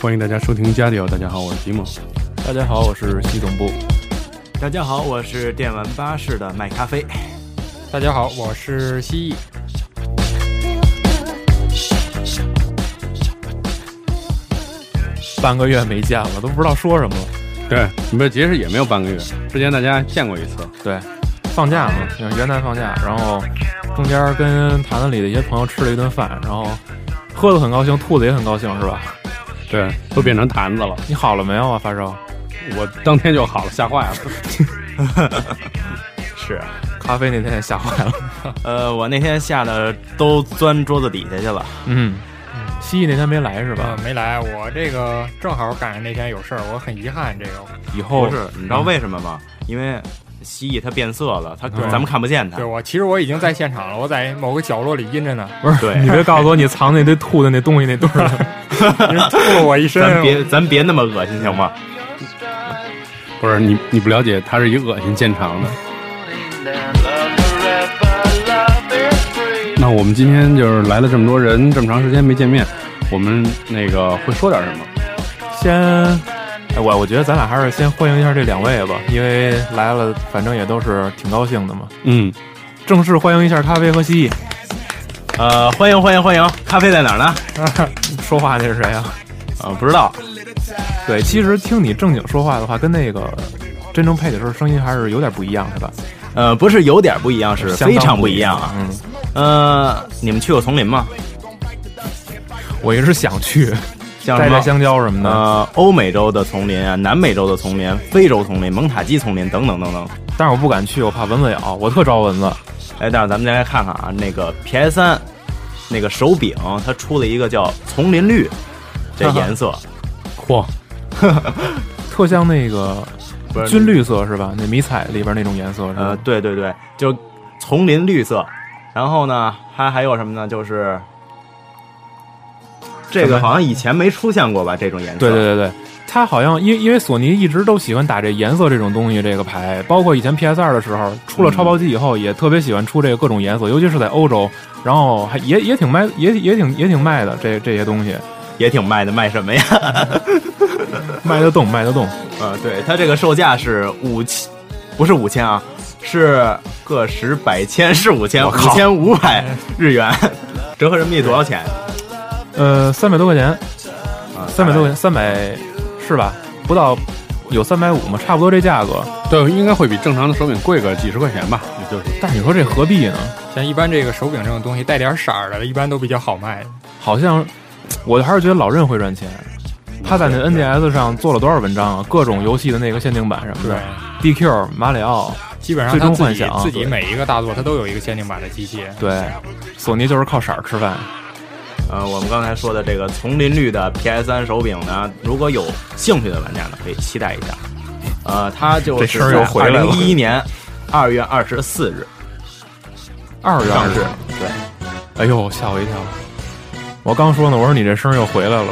欢迎大家收听加迪奥，大家好，我是吉姆。大家好，我是西总部。大家好，我是电玩巴士的麦咖啡。大家好，我是蜥蜴。半个月没见了，都不知道说什么了。对，你们其实也没有半个月，之前大家见过一次。对，放假嘛，元旦放假，然后中间跟坛子里的一些朋友吃了一顿饭，然后喝的很高兴，吐的也很高兴，是吧？对，都变成坛子了。你好了没有啊，发烧？我当天就好了，吓坏了。是，咖啡那天也吓坏了。呃，我那天吓得都钻桌子底下去了。嗯，蜥蜴那天没来是吧？呃，没来，我这个正好赶上那天有事儿，我很遗憾。这个，以后不是，你知道为什么吗？因为蜥蜴它变色了，它嗯咱们看不见它对。我其实我已经在现场了，我在某个角落里阴着呢，不是？对 你别告诉我你藏那堆吐的那东西那 堆儿了。你吐了我一身。咱别咱别那么恶心行吗？不是你，你不了解，他是一恶心见长的。那我们今天就是来了这么多人，这么长时间没见面，我们那个会说点什么？先，哎我我觉得咱俩还是先欢迎一下这两位吧，因为来了，反正也都是挺高兴的嘛。嗯，正式欢迎一下咖啡和蜥蜴。呃，欢迎欢迎欢迎！咖啡在哪儿呢？说话那是谁啊？呃，不知道。对，其实听你正经说话的话，跟那个真正配的时候声音还是有点不一样，是吧？呃，不是有点不一样，是相非当常不不一样啊。嗯，呃，你们去过丛林吗？我一直 想去像摘什摘么？香蕉什么的，呃，欧美洲的丛林啊，南美洲的丛林，非洲丛林，蒙塔基丛林等等等等。但是我不敢去，我怕蚊子咬，我特招蚊子。哎，但是咱们再来看看啊，那个 PS 三那个手柄，它出了一个叫丛林绿这颜色，嚯，特像那个不是军绿色是吧？那迷彩里边那种颜色是呃，吧？对对对，就丛林绿色。然后呢，它还有什么呢？就是这个好像以前没出现过吧？这种颜色。对对对对，它好像因因为索尼一直都喜欢打这颜色这种东西，这个牌，包括以前 PS 二的时候出了超薄机以后，也特别喜欢出这个各种颜色，尤其是在欧洲，然后还也也挺卖，也也挺也挺卖的这这些东西，也挺卖的，卖什么呀？卖得动，卖得动。呃，对，它这个售价是五千，不是五千啊，是个十百千，是五千，五千五百日元，折合人民币多少钱？呃，三百多块钱，啊，三百大概多块钱，三百是吧？不到有三百五嘛，差不多这价格。对，应该会比正常的手柄贵个几十块钱吧，也就是。但是你说这何必呢？像一般这个手柄这种东西带点色儿的，一般都比较好卖。好像我还是觉得老任会赚钱。他在那 NDS 上做了多少文章啊？各种游戏的那个限定版什么对的，，DQ、马里奥，基本上最他终自幻己想自己对每一个大作，他都有一个限定版的机械。对，索尼就是靠色儿吃饭。呃，我们刚才说的这个丛林绿的 PS 三手柄呢，如果有兴趣的玩家呢，可以期待一下。呃，它就这是声儿又回二来了零一一年二月二十四日二月上二市十，。对，哎呦，吓我一跳！我刚说呢，我说你这声儿又回来了，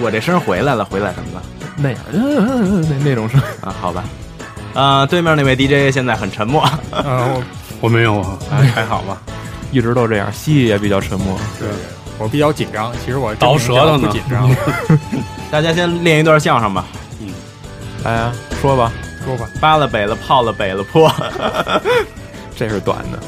我这声儿回来了，回来什么了？那 样嗯嗯嗯嗯那那种声儿，啊，好吧。呃，对面那位 DJ 现在很沉默， 嗯，我我没有啊，还还好吧。一直都这样。蜥蜴也比较沉默，我比较紧张，其实我真倒平舌常头呢不紧张。大家先练一段相声吧。来啊，说吧，说吧，扒了北了，泡了北了坡。这是短的。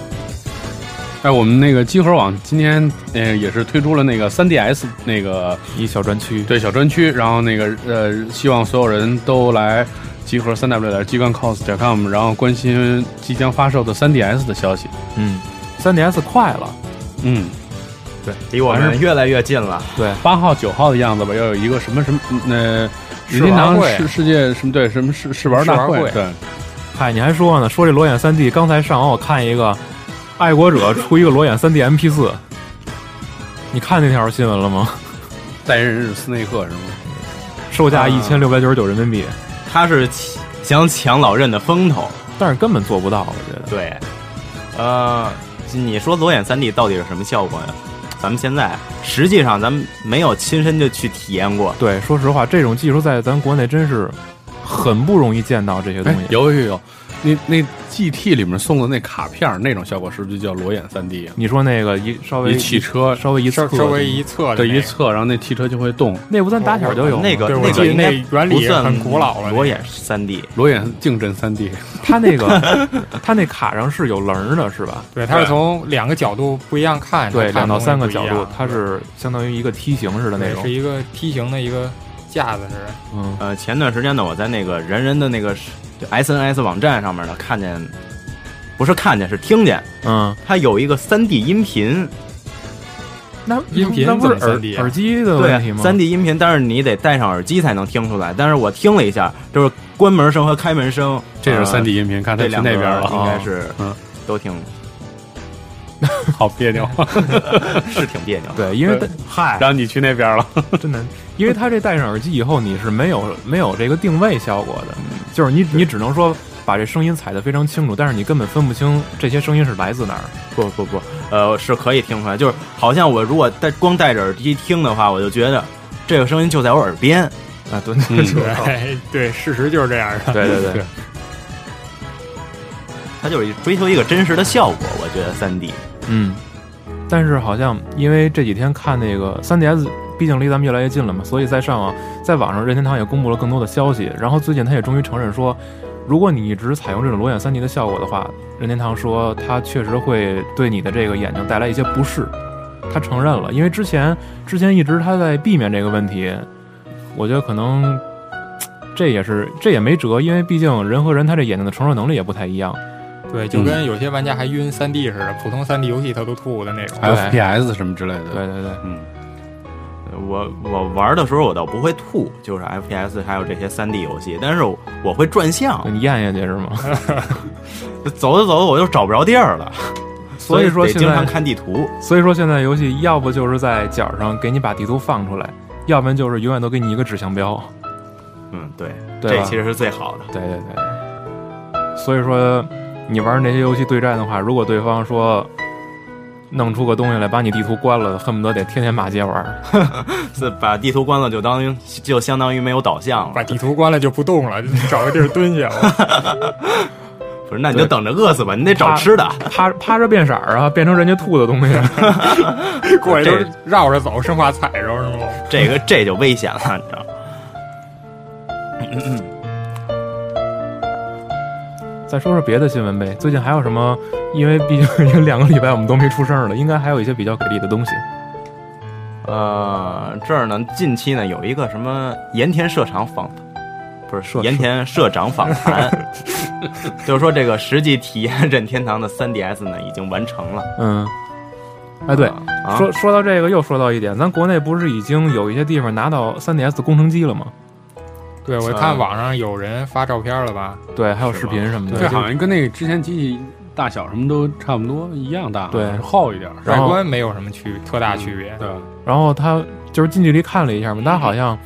哎，我们那个集合网今天呃也是推出了那个 3DS 那个一小专区，对小专区，然后那个呃，希望所有人都来集合三 w 点机关 cos 点 com，然后关心即将发售的 3DS 的消息。嗯，3 DS 快了，嗯，离我们越来越近了，对，八号、九号的样子吧，要有一个什么什么嗯呃任天堂世世界什么对什么试试玩大试玩会会对，嗨，你还说呢？说这裸眼三 D，刚才上网我看一个，爱国者出一个裸眼三 D MP 四，你看那条新闻了吗？代言人是斯内克是吗？售价啊一千六百九十九人民币，他是起想抢老任的风头。但是根本做不到，我觉得。对，呃，你说裸眼三 D 到底是什么效果呀？咱们现在实际上咱们没有亲身就去体验过，对，说实话，这种技术在咱国内真是很不容易见到这些东哎西。，有有有，那那 GT 里面送的那卡片儿那种效果是不是就叫裸眼三 D 啊？你说那个一稍微一汽车稍微一侧稍稍微一侧的对那一个，侧，然后那汽车就会动，那不咱打小就有吗那个对，我那记个得应该那原不理算很古老了。裸眼三 D，裸眼竞争三 D。 他那个他那卡上是有棱儿的，是吧？对，它是从两个角度不一样看，对，它看两到的三个东西不角一度样，它是相当于一个梯形似的那对种是。一个梯形的一个架子似的。嗯，呃，前段时间呢，我在那个人人的那个就 SNS 网站上面呢，看见，不是看见，是听见，嗯，它有一个三 D 音频，那音频那不是怎么耳 3D 啊耳机的问题对，吗？三 D 音频，但是你得戴上耳机才能听出来。但是我听了一下，就是关门声和开门声，这啊是三呃 D 音频，看他这去两那个边了应啊，该是嗯都 挺好别扭。是挺别扭。，对，因为对嗨，然后你去那边了，真的，因为它这戴上耳机以后，你是没有没有这个定位效果的，就是你你只能说把这声音采得非常清楚，但是你根本分不清这些声音是来自哪儿。不不不，呃，是可以听出来，就是好像我如果戴光戴着耳机听的话，我就觉得这个声音就在我耳边。啊，对， 嗯对对，事实就是这样的。对对对，它就是追求一个真实的效果，我觉得三 D 嗯，但是好像因为这几天看那个 3DS，毕竟离咱们越来越近了嘛，所以在上网，在网上任天堂也公布了更多的消息。然后最近他也终于承认说，如果你一直采用这种裸眼 3D 的效果的话，任天堂说它确实会对你的这个眼睛带来一些不适。他承认了，因为之前之前一直他在避免这个问题，我觉得可能嘖这也是这也没辙，因为毕竟人和人他这眼睛的承受能力也不太一样。对，就跟有些玩家还晕三 D 似的，普通三 D 游戏他都吐的那种。还有 FPS 什么之类的。对对对，嗯，我我玩的时候我倒不会吐，就是 FPS 还有这些3 D 游戏，但是我我会转向，你咽下去是吗？走着走着我就找不着地儿了，所以说得现经常在，看地图。所以说现在游戏要不就是在角上给你把地图放出来，要不然就是永远都给你一个指向标，嗯，对，对这吧？其实是最好的。对对对。所以说，你玩那些游戏对战的话，如果对方说弄出个东西来把你地图关了，恨不得得天天骂街玩儿。是把地图关了就当就相当于没有导向把了，地图关了就不动了，找个地儿蹲下。不是？那你就对等着饿死吧，你得找吃的。趴趴着变色儿啊，变成人家吐的东西。我过去都绕着走，生怕踩着是吗？这个这就危险了，你知道吗？再说说别的新闻呗，最近还有什么？因为毕竟有两个礼拜我们都没出声了，应该还有一些比较给力的东西。呃，这儿呢，近期呢有一个什么盐田社长访，不是社盐田社长访谈， 就是说这个实际体验任天堂的 3DS 呢已经完成了。嗯，哎对，啊、说说到这个，又说到一点，咱国内不是已经有一些地方拿到 3DS 的工程机了吗？对，我看网上有人发照片了吧？对，还有是视吗频什么的。这就好像跟那个之前机器大小什么都差不多，一样大，对厚一点儿。然外后观没有什么区特大区别。对，然后他就是近距离看了一下嘛，他好像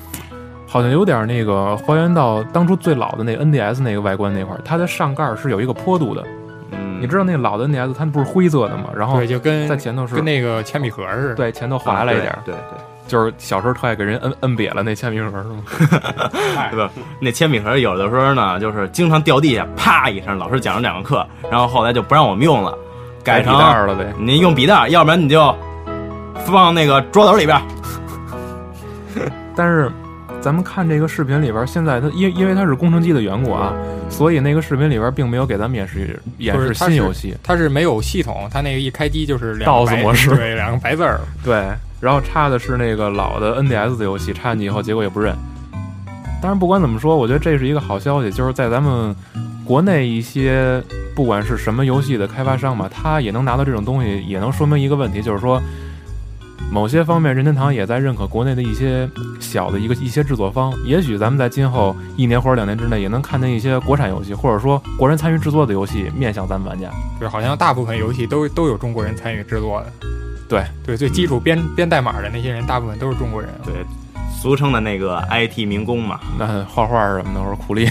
好像有点那个还原到当初最老的那个 NDS 那个外观那块儿，它的上盖儿是有一个坡度的。嗯，你知道那老的 NDS 它不是灰色的嘛，然后对，就跟在前头是跟那个铅笔盒似的。对前头划了一点儿，啊对对就是小时候特爱给人摁摁瘪了那铅笔盒是吗？对吧？那铅笔盒有的时候呢，就是经常掉地下，啪一声。老师讲着讲着课，然后后来就不让我们用了，改笔成袋儿了呗。你用笔袋，要不然你就放那个桌斗里边。但是咱们看这个视频里边儿，现在它因因为它是工程机的缘故啊，所以那个视频里边儿并没有给咱们演示演不示嗯是它新是游戏，它是没有系统，它那个一开机就是两道个子白模式对，两个白字儿。对。然后插的是那个老的 NDS 的游戏，插进去以后结果也不认。当然，不管怎么说，我觉得这是一个好消息，就是在咱们国内一些不管是什么游戏的开发商吧，他也能拿到这种东西，也能说明一个问题，就是说某些方面，任天堂也在认可国内的一些小的一个一些制作方。也许咱们在今后一年或者两年之内，也能看见一些国产游戏，或者说国人参与制作的游戏，面向咱们玩家。就是好像大部分游戏都都有中国人参与制作的。对嗯对，最基础编编代码的那些人，大部分都是中国人。啊对，俗称的那个 IT 民工嘛，那画画什么的，或者苦力，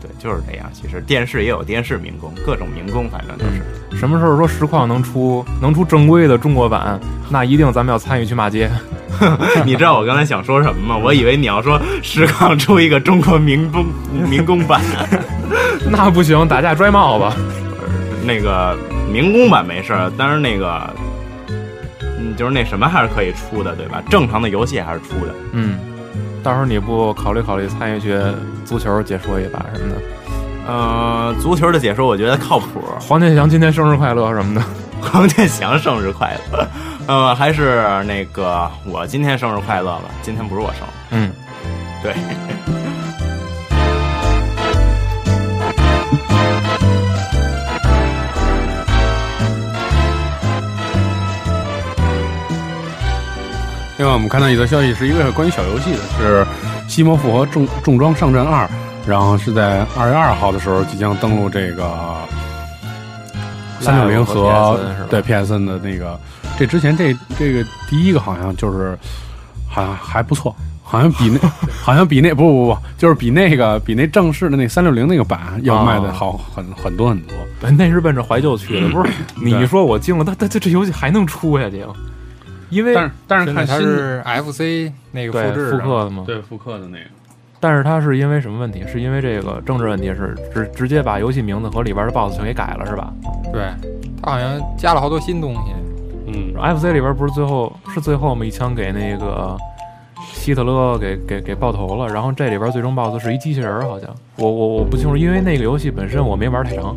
对，就是这样。其实电视也有电视民工，各种民工，反正都是。什么时候说实况能出能出正规的中国版，那一定咱们要参与去骂街。 你知道我刚才想说什么吗？我以为你要说实况出一个中国民工民工版， 那不行，打架拽帽子。那个民工版没事儿，但是那个，嗯，就是那什么还是可以出的，对吧？正常的游戏还是出的。嗯，到时候你不考虑考虑参与去足球解说一把什么的？呃，足球的解说我觉得靠谱，黄健翔今天生日快乐什么的。黄健翔生日快乐。呃，还是那个我今天生日快乐了，今天不是我生日。嗯，对。另外，我们看到一则消息，是一个关于小游戏的，是《西摩复合重重装上阵二》，然后是在二月二号的时候即将登陆这个三六零 Live 和和 PSN 是吧对 PSN 的那个。这之前这这个第一个好像就是好像还不错，好像比那好像比那不不不，就是比那个比那正式的那三六零那个版要卖的好很很多很多。那是奔着怀旧去的，不是？你嗯对一说我惊了，他他这这游戏还能出呀？这个，因为但是但是现在看它新的是 FC 那个对复制复的，刻的嘛，对复刻的那个。但是它是因为什么问题？是因为这个政治问题，是直直接把游戏名字和里边的 BOSS 全给改了，是吧对，它好像加了好多新东西。嗯， ？FC 里边不是最后是最后吗？一枪给那个希特勒给给给爆头了，然后这里边最终 BOSS 是一机器人儿，好像我我我不清楚，因为那个游戏本身我没玩太长，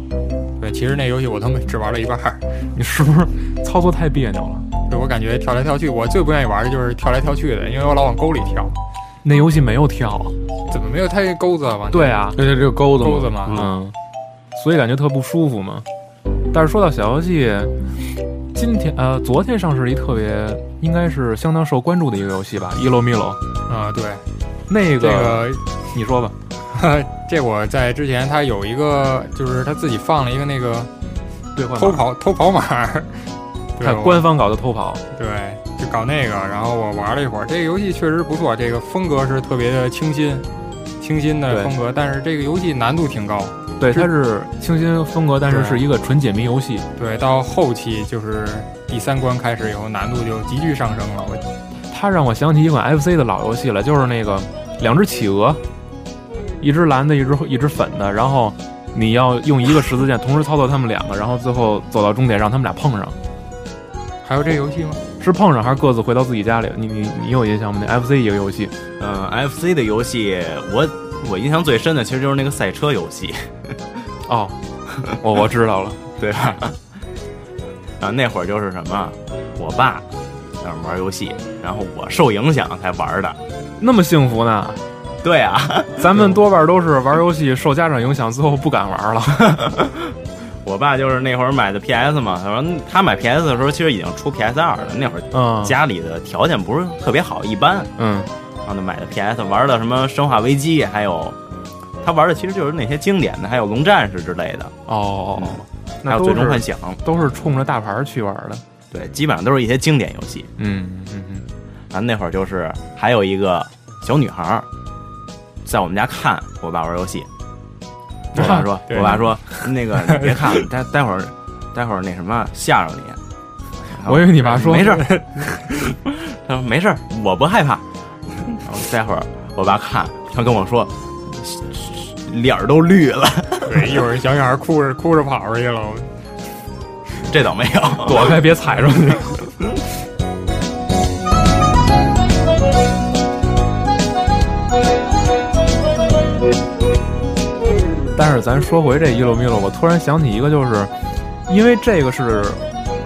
对，其实那游戏我都没只玩了一半儿，你是不是 操作太别扭了？就我感觉跳来跳去，我最不愿意玩的就是跳来跳去的，因为我老往沟里跳，那游戏没有跳，怎么没有太沟子啊？往前对啊，那就这个钩子钩子嘛嗯嗯，所以感觉特不舒服嘛。但是说到小游戏，今天呃，昨天上市了一特别，应该是相当受关注的一个游戏吧，《一楼米楼》。啊、对，那个，这个你说吧，这我在之前他有一个，就是他自己放了一个那个兑换偷跑偷跑码儿， 对看我官方搞的偷跑，对，就搞那个，然后我玩了一会儿，这个游戏确实不错，这个风格是特别的清新，清新的对风格，但是这个游戏难度挺高，对，是它是清新风格，但是对是一个纯解谜游戏。对，到后期就是第三关开始以后，难度就急剧上升了，我它让我想起一款 FC 的老游戏了，就是那个两只企鹅，一只蓝的，一只一只粉的，然后你要用一个十字键同时操作它们两个，然后最后走到终点，让他们俩碰上。还有这游戏吗？是碰上还是各自回到自己家里？你你你有印象吗？那 FC 一个游戏，嗯、f c 的游戏，我我印象最深的其实就是那个赛车游戏，哦， 我我知道了，对吧？啊，那会儿就是什么，我爸那会儿玩游戏，然后我受影响才玩的。那么幸福呢？对啊， 咱们多半都是玩游戏受家长影响，最后不敢玩了。我爸就是那会儿买的 PS 嘛，他说嗯他买 PS 的时候其实已经出 PS 二了，那会儿嗯家里的条件不是特别好，一般，嗯，然后他买的 PS 玩的什么《生化危机》，还有他玩的其实就是那些经典的，还有《龙战士》之类的，嗯哦哦哦，还那有《都最终幻是想》，都是冲着大牌儿去玩的。对，基本上都是一些经典游戏。嗯嗯嗯，然后那会儿就是还有一个小女孩儿在我们家看我爸玩游 戏，我爸说，对我爸说那个你别看了，待待会儿待会儿那什么吓着你。 我以为你爸说 没事儿，他说没事儿，我不害怕。然后待会儿我爸看，他跟我说，脸儿都绿了，对，一会儿小女孩哭着哭着跑出去 了，我这倒没有。躲开嗯别踩着你。但是咱说回这一路米路，我突然想起一个，就是因为这个是，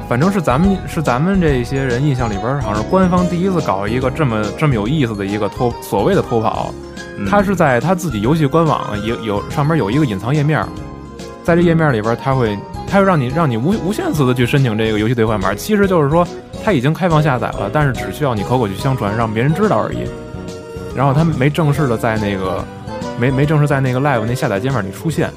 反正是咱们是咱们这些人印象里边儿，好像是官方第一次搞一个这么这么有意思的一个偷所谓的偷跑，嗯它是在它自己游戏官网也有上面有一个隐藏页面儿，在这页面里边儿，它会它会让你让你无无限次的去申请这个游戏兑换码，其实就是说它它已经开放下载了，但是只需要你口口去相传，让别人知道而已。然后它没正式的在那个没没正式在那个 Live 那下载界面里出现。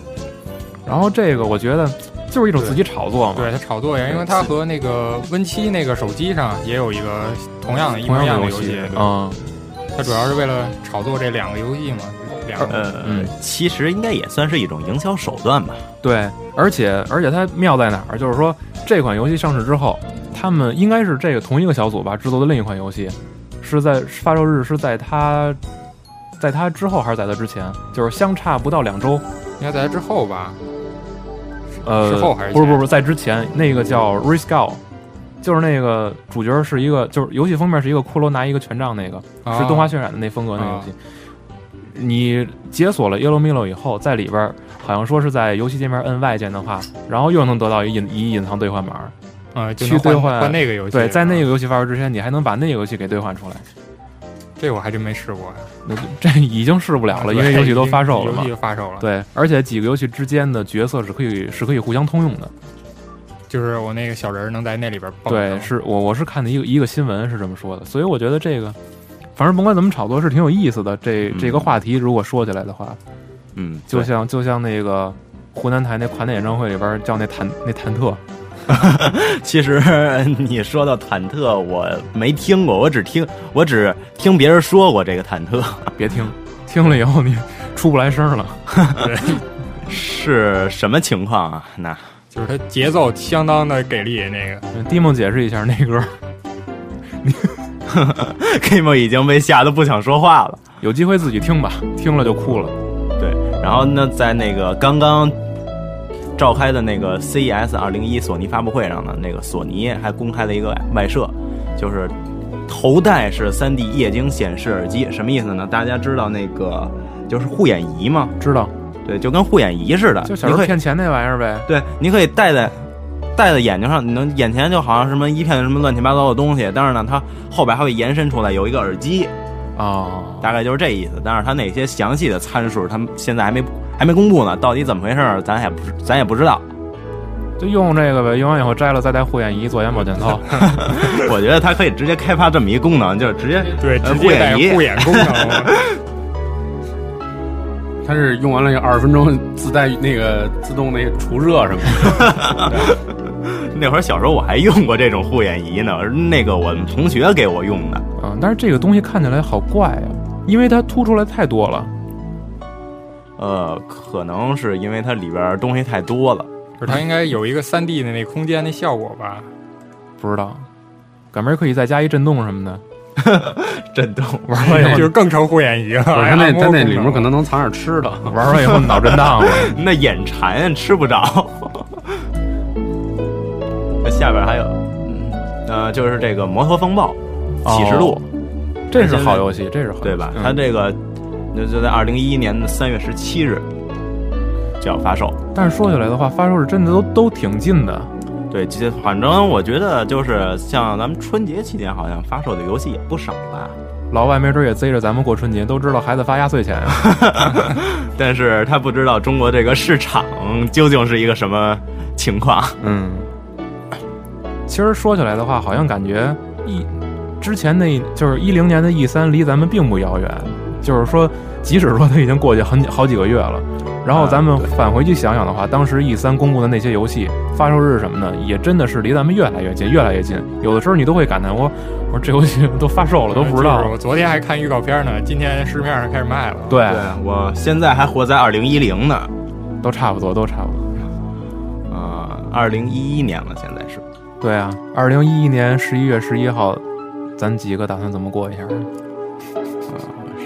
然后这个我觉得就是一种自己炒作嘛，对它炒作呀，因为它和那个 Win 七那个手机上也有一个同样的一同模一样样的游游戏，对嗯，它主要是为了炒作这两个游戏嘛，两个呃，嗯其实应该也算是一种营销手段吧。对，而且而且它妙在哪儿？就是说这款游戏上市之后，他们应该是这个同一个小组吧制作的另一款游戏，是在发售日是在它在它之后还是在它之前？就是相差不到两周，应该在它之后吧，呃，之后还是不是不前是不是在之前那个叫 r i s c o 就是那个主角是一个，就是游戏封面是一个骷髅拿一个权杖，那个、啊是动画渲染的那风格那游戏。你解锁了 Yellow Milo 以后，在里边儿好像说是在游戏界面摁 Y 键的话，然后又能得到一隐一隐藏兑换码。呃，就去能兑换换换那个游戏，对，在那啊个游戏发售之前，你还能把那个游戏给兑换出来，这我还真没试过呀，那就 这已经试不了啊了，因为游戏都发售了游嘛戏。都发售了，对，而且几个游戏之间的角色是可以是可以互相通用的。就是我那个小人儿能在那里边蹦，对，是我我是看的一个一个新闻是这么说的，所以我觉得这个，反正甭管怎么炒作是挺有意思的。这嗯这个话题如果说起来的话，嗯，就像就像那个湖南台那跨年演唱会里边叫那忐那忐忑，其实 你说到忐忑，我没听过，我只听我只听别人说过这个忐忑， 别听，听了以后你出不来声了。是什么情况啊？那 就是它节奏相当的给力，那个蒂梦解释一下那歌、 Game 已经被吓得不想说话了。有机会自己听吧，听了就哭了。对，然后呢，在那个刚刚召开的那个 CES 二零一索尼发布会上呢，那个索尼还公开了一个外设，就是头戴式 3D 液晶显示耳机，什么意思呢？大家知道那个就是护眼仪吗？知道，对，就跟护眼仪似的，就啊小时你可候以骗钱那玩意儿呗。对，你可以戴在戴在眼睛上，你能眼前就好像什么一片什么乱七八糟的东西，但是呢，它后边还会延伸出来有一个耳机，啊、大概就是这意思。但是它哪些详细的参数，他们现在还没还没公布呢，到底怎么回事儿，咱也不知咱也不知道。 就用这个呗，用完以后摘了再戴护眼仪做眼保健操。我觉得它可以直接开发这么一功能，就是直接对，呃直护接带眼仪护眼功能，它是用完了二十分钟自带那个自动那个除热什么 的，那会儿小时候我还用过这种护眼仪呢，那个我们同学给我用的。嗯，但是这个东西看起来好怪呀、因为它凸出来太多了。呃，可能是因为它里边儿东西太多了。 就是它应该有一个三 D 的那空间的效果 吧，不知道，赶明儿可以再加一震动什么的。震动，玩完以就后是，更成护眼仪了，它还那按摩它那功里面能可能能藏点吃的。玩完以后脑震荡了。那眼馋吃不着。 那下边还有，嗯，呃，就是这个《摩托风暴》哦启示录，这是好游戏，这是好游戏对吧？嗯它这个就就在二零一一年的三月十七日就要发售。但是说起来的话，发售日真的都都挺近的。对，其实反正我觉得就是像咱们春节期间好像发售的游戏也不少吧，老外没准也贼着咱们过春节，都知道孩子发压岁钱啊。但是他不知道中国这个市场究竟是一个什么情况。嗯，其实说起来的话，好像感觉一之前那就是一零年的 E 三离咱们并不遥远，就是说，即使说它已经过去很好几个月了，然后啊咱们返回去想想的话，当时 E 三公布的那些游戏发售日什么的，也真的是离咱们越来越近，越来越近。有的时候你都会感叹我，我说这游戏都发售了都不知道就是。我昨天还看预告片呢，今天市面上开始卖了。对对，我现在还活在二零一零呢，都差不多，都差不多。呃，二零一一年了，现在是。对啊，二零一一年十一月十一号，咱几个打算怎么过一下？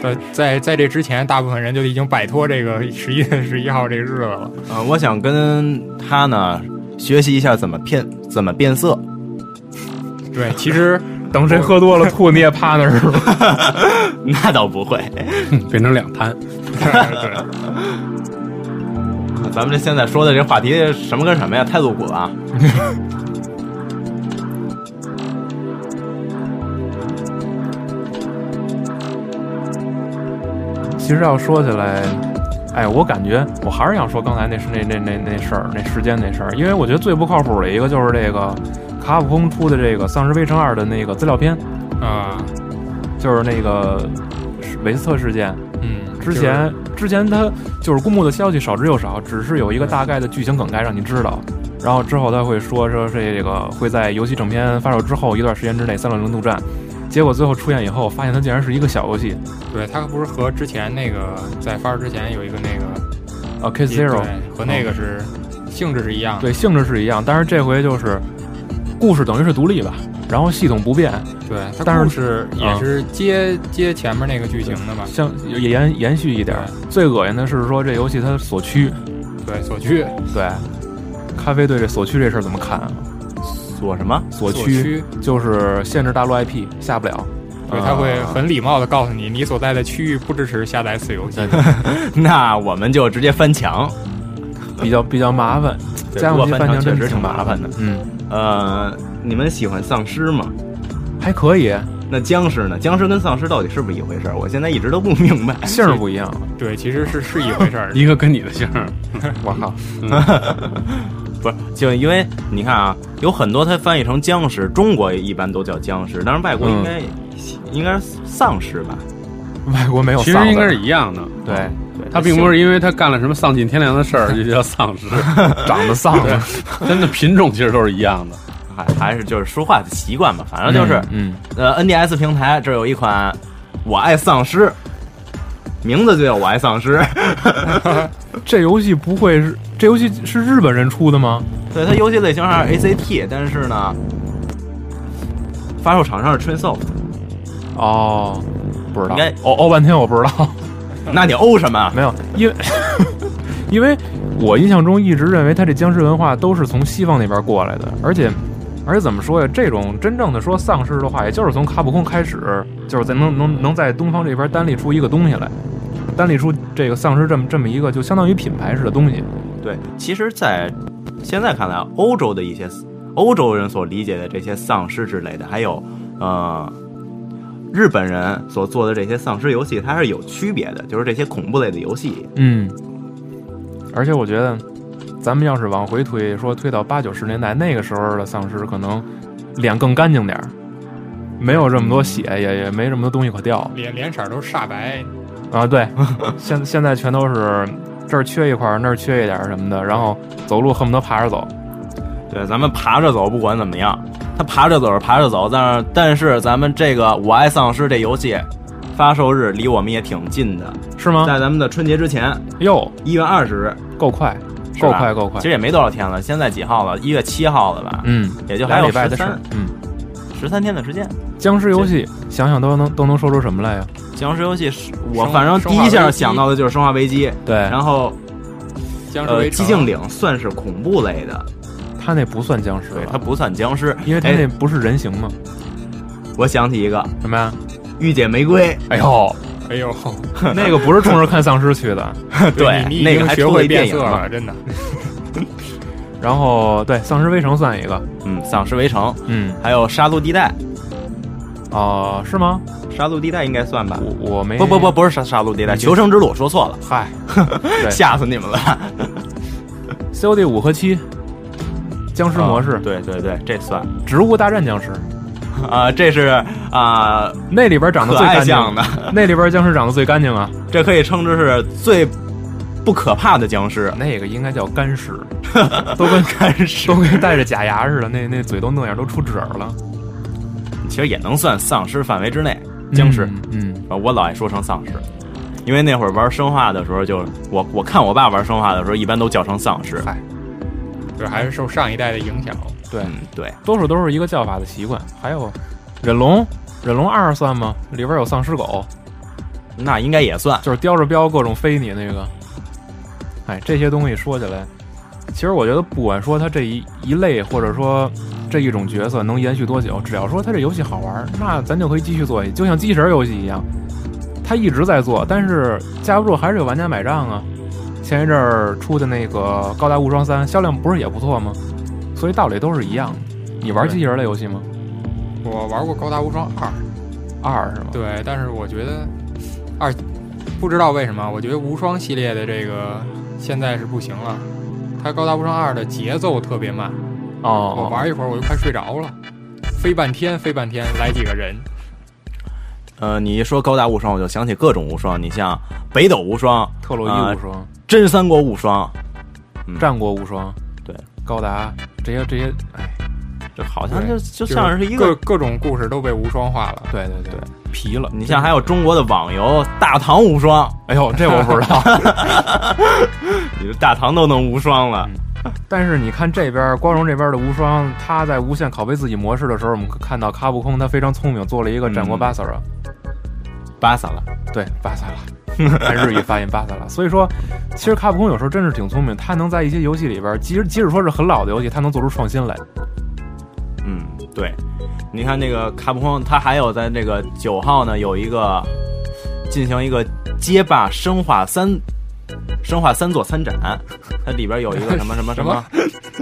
在呃在在这之前，大部分人就已经摆脱这个十一月十一号这个日子了。 呃，我想跟他呢学习一下怎么变怎么变色。对，其实等谁喝多了吐你也趴那 儿是吧？那倒不会， 变成两摊。对咱们这现在说的这话题什么跟什么呀？太露骨了啊！其实要说起来，哎，我感觉我还是想说刚才那事那那那那事儿，那时间那事儿，因为我觉得最不靠谱的一个就是这个卡普空出的这个《丧尸围城二》的那个资料片，啊，就是那个是维斯特事件。嗯，之前之前他就是公布的消息少之又少，只是有一个大概的剧情梗概让你知道。然后之后他会说说这个会在游戏正片发售之后一段时间之内三六零独占，结果最后出现以后，发现它竟然是一个小游戏就是对它不是和之前那个在发售之前有一个那个啊，K Zero 嗯对和那个是性质是一样的，对性质是一样，但是这回就是故事等于是独立吧，然后系统不变，对，它但是故事也啊是接接前面那个剧情的嘛，像也延延续一点儿。最恶心的是说这游戏它锁区，对，所区对，咖啡对这锁区这事儿怎么看啊？锁什么？ 锁所区，就是限制大陆 IP 下不了。对，他会很礼貌的告诉你，你所在的区域不支持下载此游戏。那我们就直接翻墙。比较比较麻烦，嗯对家不过用机翻翻墙墙确真实挺挺麻烦的。嗯，呃，你们喜欢丧尸吗？还可以，那僵尸呢？僵尸跟丧尸到底是不是一回事儿？我现在一直都不明白。 性儿不一样。对，其实是是一回 事儿。 一个跟你的姓儿，我靠，不是，就因为你看啊，有很多它翻译成僵尸，中国一般都叫僵尸，但是外国应该、应该是丧尸吧？外国没有其丧实的应该是一样的。对对，他并不是因为他干了什么丧尽天良的事儿就 叫丧尸，长得丧的，真的品种其实都是一样的。还还是就是说话的习惯吧，反正就是、嗯，呃，NDS 平台这有一款《我爱丧尸》，名字就叫《我爱丧尸》 嗯这游戏不会是这游戏是日本人出的吗？对，它游戏类型上是 ACT，但是呢，发售厂商是 Trainsoft，哦，不知道应该，哦哦半天我不知道，那你欧什么啊？没有，因为 因为我印象中一直认为他这僵尸文化都是从西方那边过来的，而且。而且怎么说呀？这种真正的说丧尸的话，也就是从卡普空开始，就是在能能能在东方这边单立出一个东西来，单立出这个丧尸这么这么一个就相当于品牌式的东西。对，其实，在现在看来，欧洲的一些欧洲人所理解的这些丧尸之类的，还有呃日本人所做的这些丧尸游戏，它是有区别的，就是这些恐怖类的游戏。嗯，而且我觉得，咱们要是往回推，说推到八九十年代那个时候的丧尸，可能脸更干净点儿，没有这么多血，也也没这么多东西可掉脸脸色儿都煞白，啊。对，现现在全都是这儿缺一块儿，那儿缺一点儿什么的，然后走路恨不得爬着走。对，咱们爬着走，不管怎么样，他爬着走是爬着走，但是但是咱们这个《我爱丧尸》这游戏发售日离我们也挺近的，是吗？在咱们的春节之前，哟，一月二十日，够快，是够吧快，够快其。实也没多少天了，现在几号了？一月七号了吧？嗯，也就还俩有礼拜十的事儿三。嗯，十三天的时间。僵尸游戏，想想都能都能说出什么来呀？僵尸游戏是我生反正第一生化下危机想到的就是《生化危机》，对，然后僵尸呃，围寂城。静岭算是恐怖类的，他那不算僵尸对，它吧？不算僵尸。因为他那哎，不是人形嘛？我想起一个《什么呀？御姐玫瑰，哎呦，哎呦，那个不是冲着看丧尸去的。》你 对，你已那个经还学出了会一变电影色嘛，了，真的。然后对，丧尸围城算一个，嗯，《丧尸围城》，嗯，还有《杀戮地带哦、是吗？》， 《杀戮地带》应该算吧？我我没不不不，，不是杀杀戮地带，《求生之路》说错了，哎 嗨对吓死你们了。 ，COD 五和七，僵尸模式，对对啊对，这算植物大战僵尸，啊，这是啊那里边长得可最爱干净向，的，那里边僵尸长得最干净啊，这可以称之是最不可怕的僵 尸。那个应该叫干尸， 都跟干尸都跟带着假牙似的，那那嘴都那样，都出褶儿了，其实也能算丧尸范围之内，僵尸。嗯，嗯，啊，我老爱说成丧尸，因为那会儿玩生化的时候就，我我看我爸玩生化的时候，一般都叫成丧尸。对，还是受上一代的影响。对，嗯，对，多数都是一个叫法的习惯。还有忍龙，忍龙二算吗？里边有丧尸狗，那应该也算。就是叼着镖各种飞你那个。哎，这些东西说起来，其实我觉得不管说它这一一类或者说这一种角色能延续多久，只要说它这游戏好玩，那咱就可以继续做。就像机器人游戏一样，它一直在做，但是架不住还是有玩家买账啊。前一阵儿出的那个《高达无双三》销量不是也不错吗？所以道理都是一样的。你玩机器人类游戏吗？我玩过《高达无双二二是吗》，？对，但是我觉得二不知道为什么，我觉得无双系嗯列的这个现在是不行了。它《高达无双二》的节奏特别慢，哦我玩一会儿我就快睡着了，飞半天飞半天来几个人，呃，你一说高达无双，我就想起各种无双。你像北斗无双、特洛伊啊无双、真三国无双，战国无双，对，高达这些这些，哎，这好像就对就像是一各个。各种故事都被无双化了。对对对，皮了。你像还有中国的网游《大唐无双》，哎呦，这我不 知道。你这大唐都能无双了，但是你看这边光荣这边的无双，他在无限拷贝自己模式的时候，我们可看到卡布空他非常聪明，做了一个战国巴萨尔，巴萨了。对巴萨拉，按日语发音巴萨拉。所以说，其实卡布空有时候真是挺聪明，他能在一些游戏里边，即使即使说是很老的游戏，他能做出创新来。嗯，对。你看那个卡普空，他还有在这个九号呢，有一个进行一个街霸生化三生化三座参展，它里边有一个什么什么什么。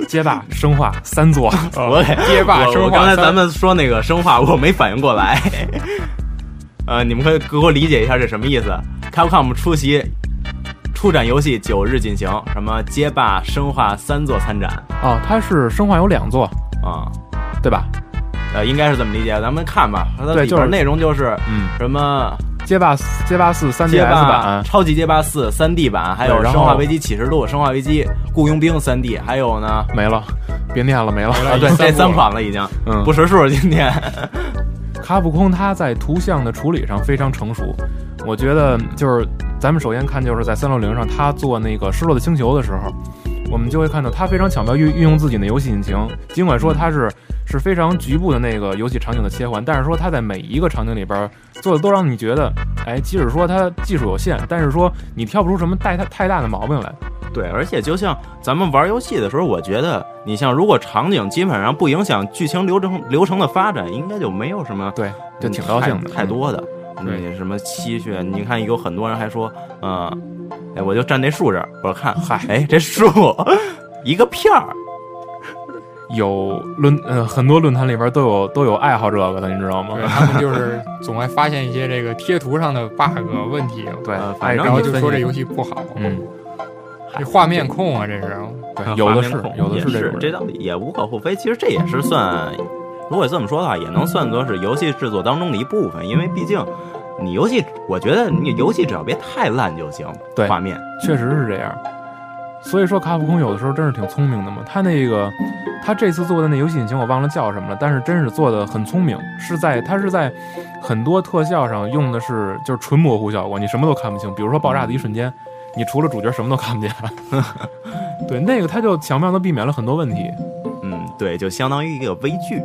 街霸生化三座，我给街霸我生我化刚才三咱们说那个生化，我没反应过来。 呃，你们可以给我理解一下这什么意思？Capcom 出席出展游戏九日进行，什么街霸、生化三座参展啊，它是生化有两座，啊、对吧？呃，应该是这么理解。咱们看吧，它对里就是边内容就是嗯，什么街霸街霸四三街 DS 霸、版，超级街霸四三 D 版，还有对《然后生化危机启示录》《生化危机雇佣兵》三 D，还有呢，没了，别念了，没了。啊，对，这三款了已经，嗯，不识数今天。卡普空它在图像的处理上非常成熟，我觉得就是咱们首先看就是在三六零上，它做那个《失落的星球》的时候，我们就会看到它非常巧妙运运用自己的游戏引擎，尽管说它是是非常局部的那个游戏场景的切换，但是说它在每一个场景里边儿做的都让你觉得，哎，即使说它技术有限，但是说你挑不出什么太太太大的毛病来。对，而且就像咱们玩游戏的时候，我觉得你像如果场景基本上不影响剧情流程流程的发展，应该就没有什么对，就挺高兴的。嗯嗯太太多的对那什么期许。你看有很多人还说，嗯、哎，我就站这树这儿，我说看，嗨，哎，这树 一个片儿，嗯有论呃很多论坛里边都有都有爱好这个的，你知道吗对？他们就是总爱发现一些这个贴图上的 bug 问题，对呃，反爱正然后跟你就分说析这游戏不好，嗯，这画面控啊，这是。对，有的是画面，控有的也是是这种这人。道理也无可厚非。其实这也是算，如果这么说的话，也能算作是游戏制作当中的一部分，因为毕竟你游戏，我觉得你游戏只要别太烂就行，对画面。确实是这样。所以说，卡普空有的时候真是挺聪明的嘛。他那个，他这次做的那游戏引擎我忘了叫什么了，但是真是做的很聪明，是在他是在很多特效上用的是就是纯模糊效果，你什么都看不清。比如说爆炸的一瞬间，你除了主角什么都看不见。 对，那个他就巧妙的避免了很多问题。嗯，对，就相当于一个微距。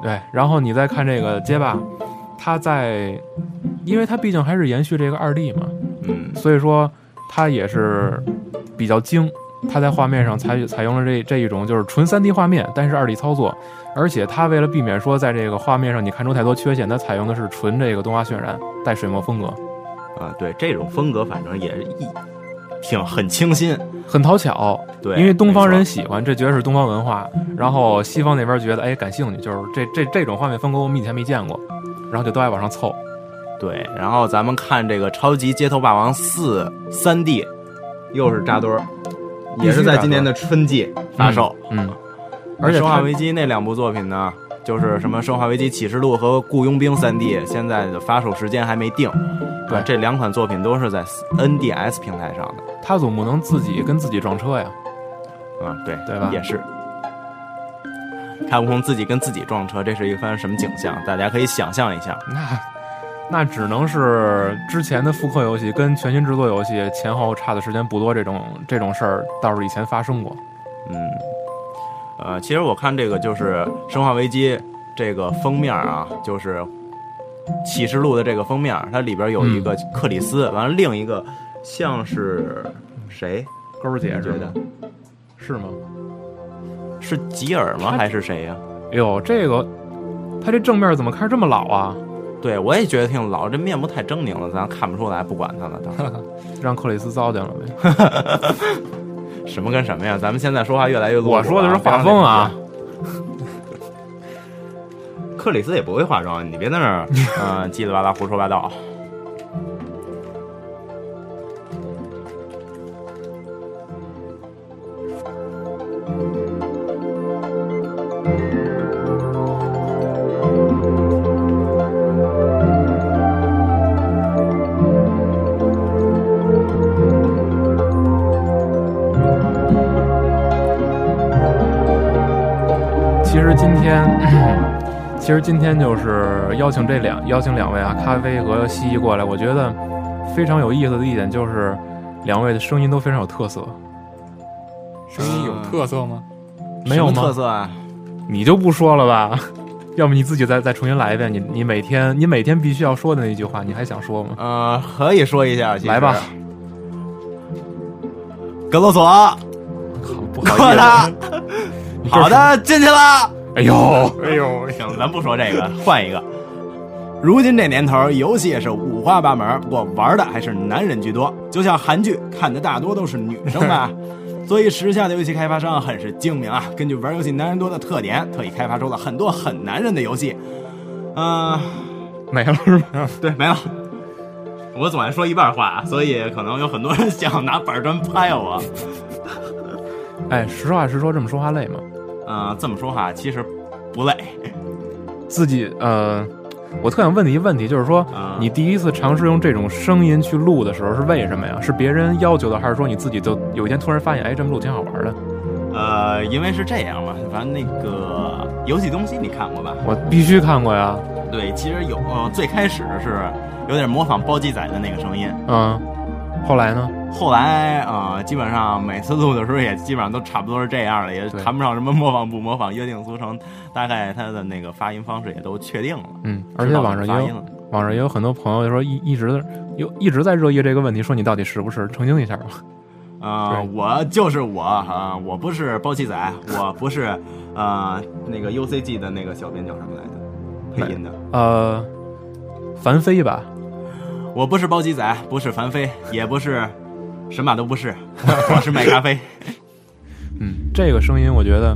对，然后你再看这个街霸，它在，因为它毕竟还是延续这个二 D 嘛，嗯，所以说它也是比较精。它在画面上采采用了这这一种就是纯 3D 画面，但是 2D 操作，而且它为了避免说在这个画面上你看出太多缺陷，它采用的是纯这个动画渲染带水墨风格，啊，对，这种风格反正也是一挺很清新。很讨巧。对，因为东方没错人喜欢，这绝对是东方文化。然后西方那边觉得哎感兴趣，就是这这这种画面风格我们以前没见过，然后就都爱往上凑。对，然后咱们看这个《超级街头霸王四》三 D，又是扎堆儿，也是在今年的春季发售。嗯，而且生化它危机》那两部作品呢，就是什么《生化危机启示录》和《雇佣兵三 D》，现在的发售时间还没定。对啊这两款作品都是在 NDS 平台上的。他总不能自己跟自己撞车呀。啊，对，对吧也是。卡普空自己跟自己撞车，这是一番什么景象？大家可以想象一下。那那只能是之前的复刻游戏跟全新制作游戏前后差的时间不多，这种这种事儿倒是以前发生过。嗯，呃，其实我看这个就是《生化危机》这个封面啊，就是《启示录》的这个封面，它里边有一嗯个克里斯，完了另一个像是谁？勾儿姐你觉得是吗？是吗？是吉尔吗？他还是谁呀、哎呦，这个他这正面怎么看着这么老啊？对，我也觉得挺老，这面目太狰狞了，咱看不出来，不管他了， 当让克里斯糟践了呗。什么跟什么呀？咱们现在说话越来越露骨了我说的是画风啊，克里斯也不会化妆，你别在那 儿，嗯、呃，叽里吧啦胡说八道。其实今天，其实今天就是邀请这两邀请两位啊，咖啡和蜥蜴过来，我觉得非常有意思的一点就是，两位的声音都非常有特色，声音嗯有特色吗？没有什么特吗？色啊？你就不说了吧， 要么你自己再再重新来一遍，你你每天你每天必须要说的那一句话，你还想说吗？呃，可以说一下，其实来吧，格洛索，靠，不好过意思，来，好的，进去了。哎呦，哎呦，行，咱不说这个，换一个。如今这年头，游戏也是五花八门，不过玩的还是男人居多。就像韩剧看的大多都是女生 吧。所以，时下的游戏开发商很是精明啊，根据玩游戏男人多的特点，特意开发出了很多很男人的游戏。嗯、没了是吗？对，没了。 我总爱说一半话，所以可能有很多人想拿板砖拍我。哎，实话实说，这么说话累吗？嗯、这么说话其实不累。自己呃，我特想问你一个问题，就是说，啊你第一次尝试用这种声音去录的时候是为什么呀？是别人要求的，还是说你自己就有一天突然发现，哎，这么录挺好玩的？呃，因为是这样嘛，反正那个游戏东西你看过吧？我必须看过呀，对，其实有呃，最开始是有点模仿包鸡仔的那个声音，嗯，后来呢？后来呃，基本上每次录的时候也基本上都差不多是这样了，也 对谈不上什么模仿不模仿，约定俗成，大概他的那个发音方式也都确定了，嗯，而知且道网怎么上发也音有了。网上也有很多朋友说一一直有一直在热议这个问题，说你到底是不是？澄清一下吧。啊、对我就是我啊、我不是包七仔，我不是呃那个 UCG 的那个小编叫什么来着？配音的，呃，樊飞吧，我不是包七仔，不是樊飞，也不是神马都不 是，我是卖咖啡。嗯，这个声音我觉得，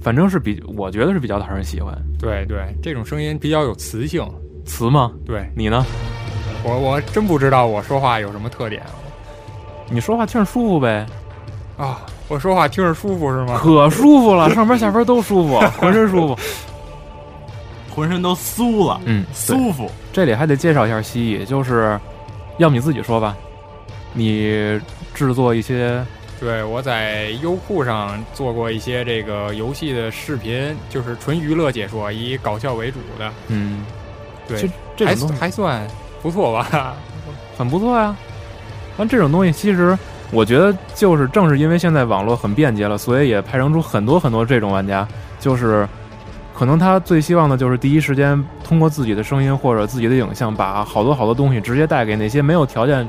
反正是比我觉得是比较讨人喜欢。对对，这种声音比较有磁性。词吗？对你呢？我，我真不知道我说话有什么特点你说话听着舒服呗。啊！我说话听着舒服是吗？可舒服了，上班下班都舒 服，浑身舒服。浑身都酥了，嗯，对。舒服。这里还得介绍一下蜥蜴，就是，要不你自己说吧，你制作一些，对，我在优酷上做过一些这个游戏的视频，就是纯娱乐解说，以搞笑为主的，嗯，对这这还种东西还算不错吧？很不错呀。但这种东西其实，我觉得就是正是因为现在网络很便捷了，所以也派生出很多很多这种玩家，就是。可能他最希望的就是第一时间通过自己的声音或者自己的影像，把好多好多东西直接带给那些没有条件，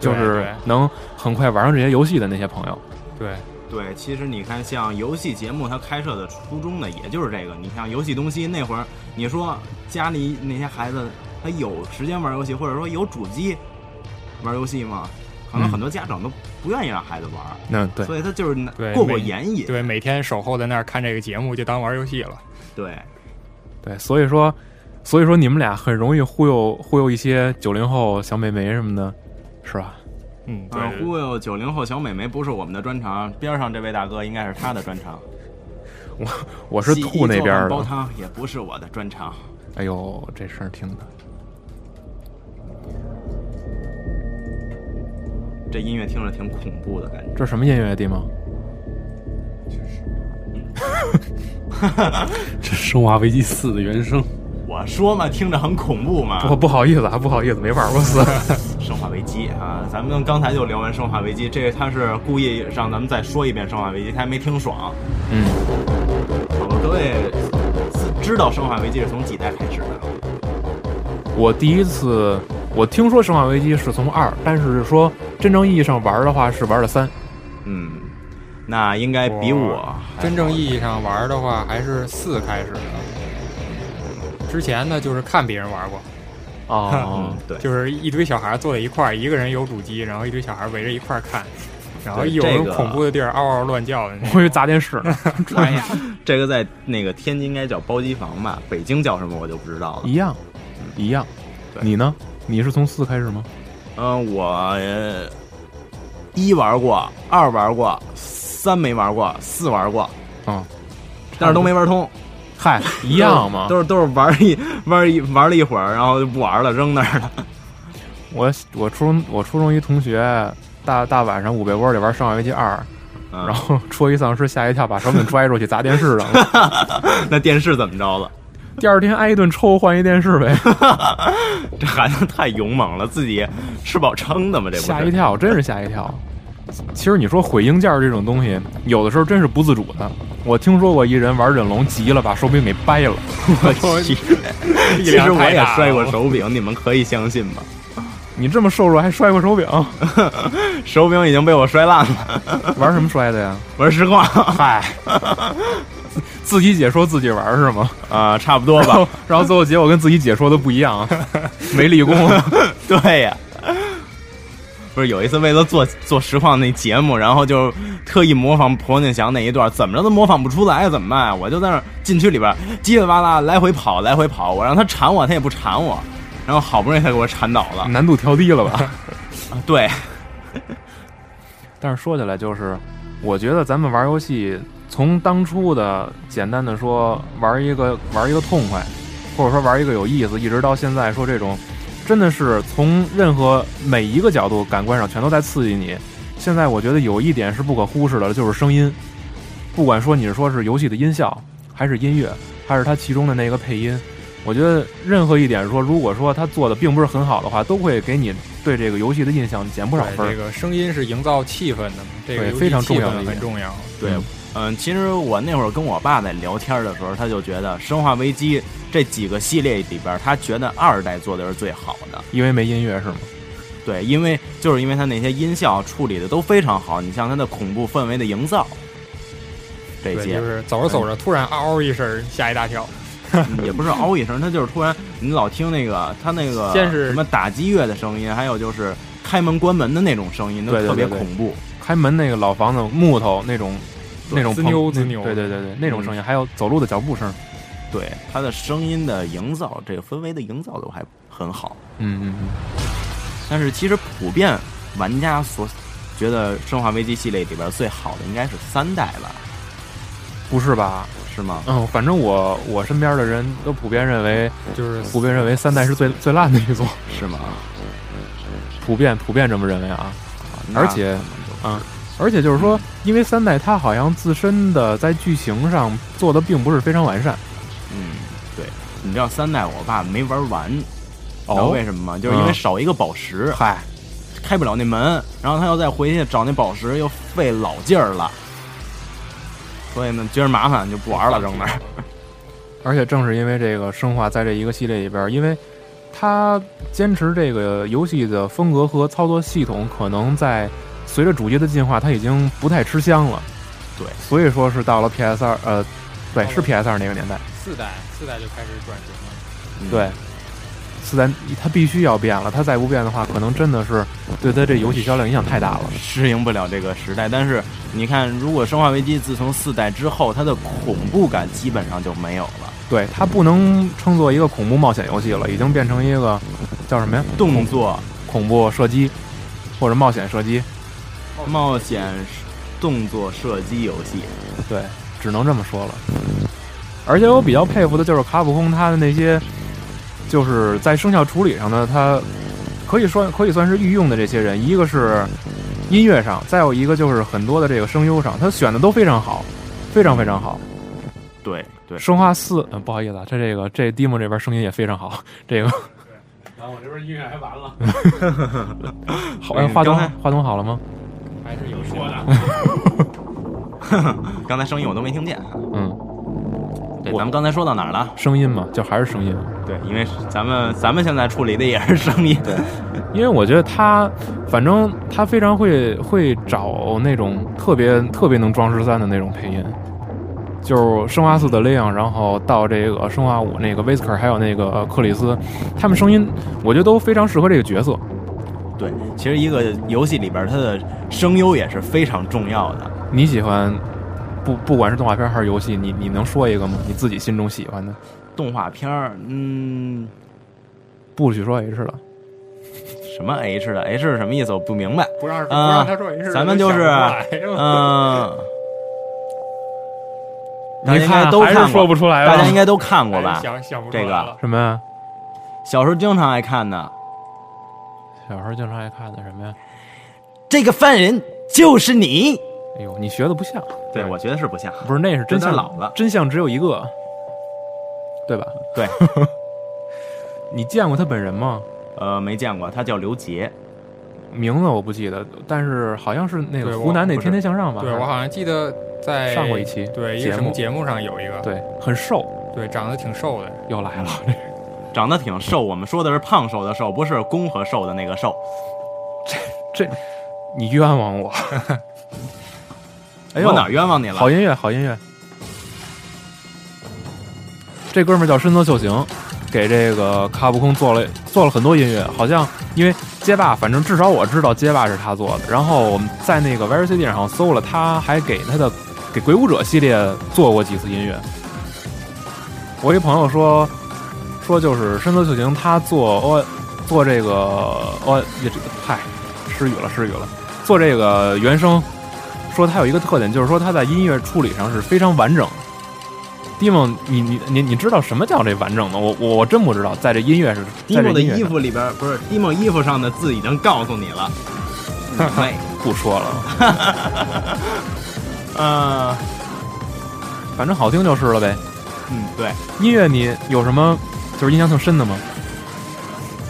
就对是对能很快玩上这些游戏的那些朋友。对，对，其实你看，像游戏节目它开设的初衷呢，也就是这个。你像游戏东西那会儿，你说家里那些孩子他有时间玩游戏，或者说有主机玩游戏吗？可能嗯很多家长都不愿意让孩子玩，嗯，对，所以他就是拿对过过没眼瘾。对，每天守候在那儿看这个节目，就当玩游戏了。对对，所以说，所以说你们俩很容易忽悠忽悠一些九零后小美眉什么的，是吧？嗯，对啊，对，忽悠九零后小美眉不是我们的专长，边上这位大哥应该是他的专长。我是洗衣吐那做边饭儿煲的。汤也不是我的专长。哎呦，这声儿听的，这音乐听着挺恐怖的感觉。这什么音乐地方？ 这《生化危机四》的原声，我说嘛，听着很恐怖嘛。不不好意思啊，不好意思，没玩过四。 生化危机啊，咱们刚才就聊完生化危机，这个他是故意让咱们再说一遍生化危机，他还没听爽。嗯，好吧，各位知道生化危机是从几代开始的？啊我第一次我听说《生化危机》是从二，但是说真正意义上玩儿的话是玩了三。嗯，那应该比我还真正意义上玩的话，还是四开始的。之前呢，就是看别人玩过，哦嗯，对，就是一堆小孩坐在一块儿，一个人有主机，然后一堆小孩围着一块儿看，然后对有这人个恐怖的地儿嗷嗷乱叫的那 我种。以为砸电 视呢。哎呀， 这个在那个天津应该叫包机房吧，北京叫什么我就不知道了一。样，一样。对你呢？你是从四开始吗？嗯，我呃一玩过，二玩过，三没玩过，四玩过，啊、但是都没玩通。嗨，一样 嘛。都是都是玩一玩一玩了一会儿，然后就不玩了，扔那 儿了。我我初中我初中一同学大大晚上捂被窝里玩《生化危机二》，嗯然后戳一丧尸吓一跳，把手柄拽出去砸电视上 了。那电视怎么着了？第二天挨一顿抽，换一电视呗，这孩子太勇猛了，自己吃饱撑的嘛，这不吓一是？跳，真是吓一跳。其实你说毁硬件这种东西，有的时候真是不自主的。我听说过一人玩忍龙急了，把手柄给掰了。 我去 其实我也摔过手柄，你们可以相信吗？你这么瘦弱还摔过手柄，手柄已经被我摔烂了， 玩什么摔的呀？玩实话嗨，自己姐说自己玩是吗？啊，差不多然吧。后然后最后结果跟自己姐说的不一 样，没立功。 对呀、不是有一次为了做做实况那节目，然后就特意模仿彭景祥那一段，怎么着都模仿不出来，怎么办、我就在那儿禁区里边叽里哇啦来回跑，来回跑，我让他缠我，他也不缠我，然后好不容易才给我缠倒了。 难度调低了吧？对，但是说起来，就是我觉得咱们玩游戏，从当初的简单的说玩一个玩一个痛快，或者说玩一个有意思，一直到现在说这种，真的是从任何每一个角度感官上全都在刺激你。现在我觉得有一点是不可忽视的，就是声音，不管说你是说是游戏的音效，还是音乐，还是它其中的那个配音。我觉得任何一点说，如果说它做的并不是很好的话，都会给你对这个游戏的印象减不少对分儿这。个声音是营造气氛的嘛，这个对游戏非常重要气的一氛点很重要。对，嗯，其实我那会儿跟我爸在聊天的时候，他就觉得《生化危机》这几个系列里边，他觉得二代做的是最好的。因为没音乐是吗？对，因为就是因为它那些音效处理的都非常好，你像它的恐怖氛围的营造，这 对，些就、是走着走着，突然嗷嗷一声，吓一大跳。嗯也不是嗷一声，它就是突然嗯你老听那个它那个先是什么打击乐的声音，还有就是开门关门的那种声音，都对对特别对对恐怖。开门那个老房子木头那种那种滋砰扭那滋扭对对对对，那种嗯声音，还有走路的脚步声，对它的声音的营造，这个氛围的营造都还很好。嗯嗯嗯，但是其实普遍玩家所觉得《生化危机》系列里边最好的应该是三代吧？不是吧？是吗？嗯，反正我我身边的人都普遍认为，就是普遍认为三代是最最烂的一 座，是吗？普遍普遍这么认为啊。那而且啊，而且就是说，因为三代它好像自身的在剧情上做的并不是非常完善。嗯，对，你知道三代我爸没玩完，你知道为什么吗？就是因为嗯少一个宝石，嗨，开不了那门，然后他又再回去找那宝石，又费老劲儿了。所以呢，觉得麻烦就不玩了，扔那儿。而且正是因为这个生化在这一个系列里边儿，因为它坚持这个游戏的风格和操作系统，可能在随着主机的进化，它已经不太吃香了。对，所以说是到了 PS 二，呃，对，是 PS 二那个年代，四代，四代就开始转型了。嗯对，四代它必须要变了，它再不变的话，可能真的是对它这游戏销量影响太大了。嗯适应不了这个时代。但是你看，如果《生化危机》自从四代之后，它的恐怖感基本上就没有了，对，它不能称作一个恐怖冒险游戏了，已经变成一个叫什么呀？动作、恐怖射击或者冒险射击。冒险、动作射击游戏。对，只能这么说了。而且我比较佩服的就是卡普空他的那些，就是在声效处理上呢，他可以说可以算是御用的这些人，一个是音乐上，再有一个就是很多的这个声优上，他选的都非常好，非常非常好。对对，生化四，嗯、不好意思啊，他这个这 Demon 这边声音也非常好，这个然后我这边音乐还完了， 好对哎话筒刚才话筒好了吗？还是有说的，刚才声音我都没听见。啊嗯，对，我咱们刚才说到哪儿了？声音嘛，就还是声音。对，因为咱们咱们现在处理的也是声音，对，因为我觉得他，反正他非常会会找那种特别特别能装十三的那种配音，就是生化四的 Leon，然后到这个生化五那个威斯克，还有那个呃克里斯，他们声音我觉得都非常适合这个角色。对。其实一个游戏里边儿，它的声优也是非常重要的。你喜欢不不管是动画片还是游戏，你你能说一个吗？你自己心中喜欢的，动画片儿，嗯，不许说 H 了。什么 H 的 H 是什么意思？我不明 白。不呃让不嗯让他说人事，咱们就是嗯、大你家应该看都还看是过说不出来大家应了。哎该都看过我吧？哎想想不出这来个了。什么呀？小时候经常爱看的。小时候经常爱看的什么呀？这个犯人就是你，哎呦，你学的不像，对，我觉得是不像，不是那是真相有点老了真相只有一个，对吧？对， 你见过他本人吗？呃，没见过，他叫刘杰，名字我不记得，但是好像是那对个我湖南那不是天天向上吧？对我好像记得在上过一期对一节个目什么节目上有一个，对，很瘦，对长得挺瘦的，又来 了。长得挺瘦。我们说的是胖瘦的瘦，不是公和瘦的那个瘦。你冤枉我！ 哎呦我，哪儿冤枉你了？好音乐，好音乐。这哥们儿叫深泽秀行，给这个卡布空做了做了很多音乐，好像因为街霸，反正至少我知道街霸是他做的。然后我们在那个 VRCD 上好像搜了，他还给他的给鬼舞者系列做过几次音乐。我一朋友说说就是深泽秀行，他做哦做这个哦也这个嗨失语了失语了，做这个原声说他有一个特点，就是说他在音乐处理上是非常完整。迪蒙，你你你你知道什么叫这完整吗？我我我真不知道，在这音乐是迪在这梦的音乐衣上服里边不是迪梦衣服上的字已经告诉你 了。嗯妹，不说了，呃，反正好听就是了呗。嗯，对，音乐你有什么就是印象挺深的吗？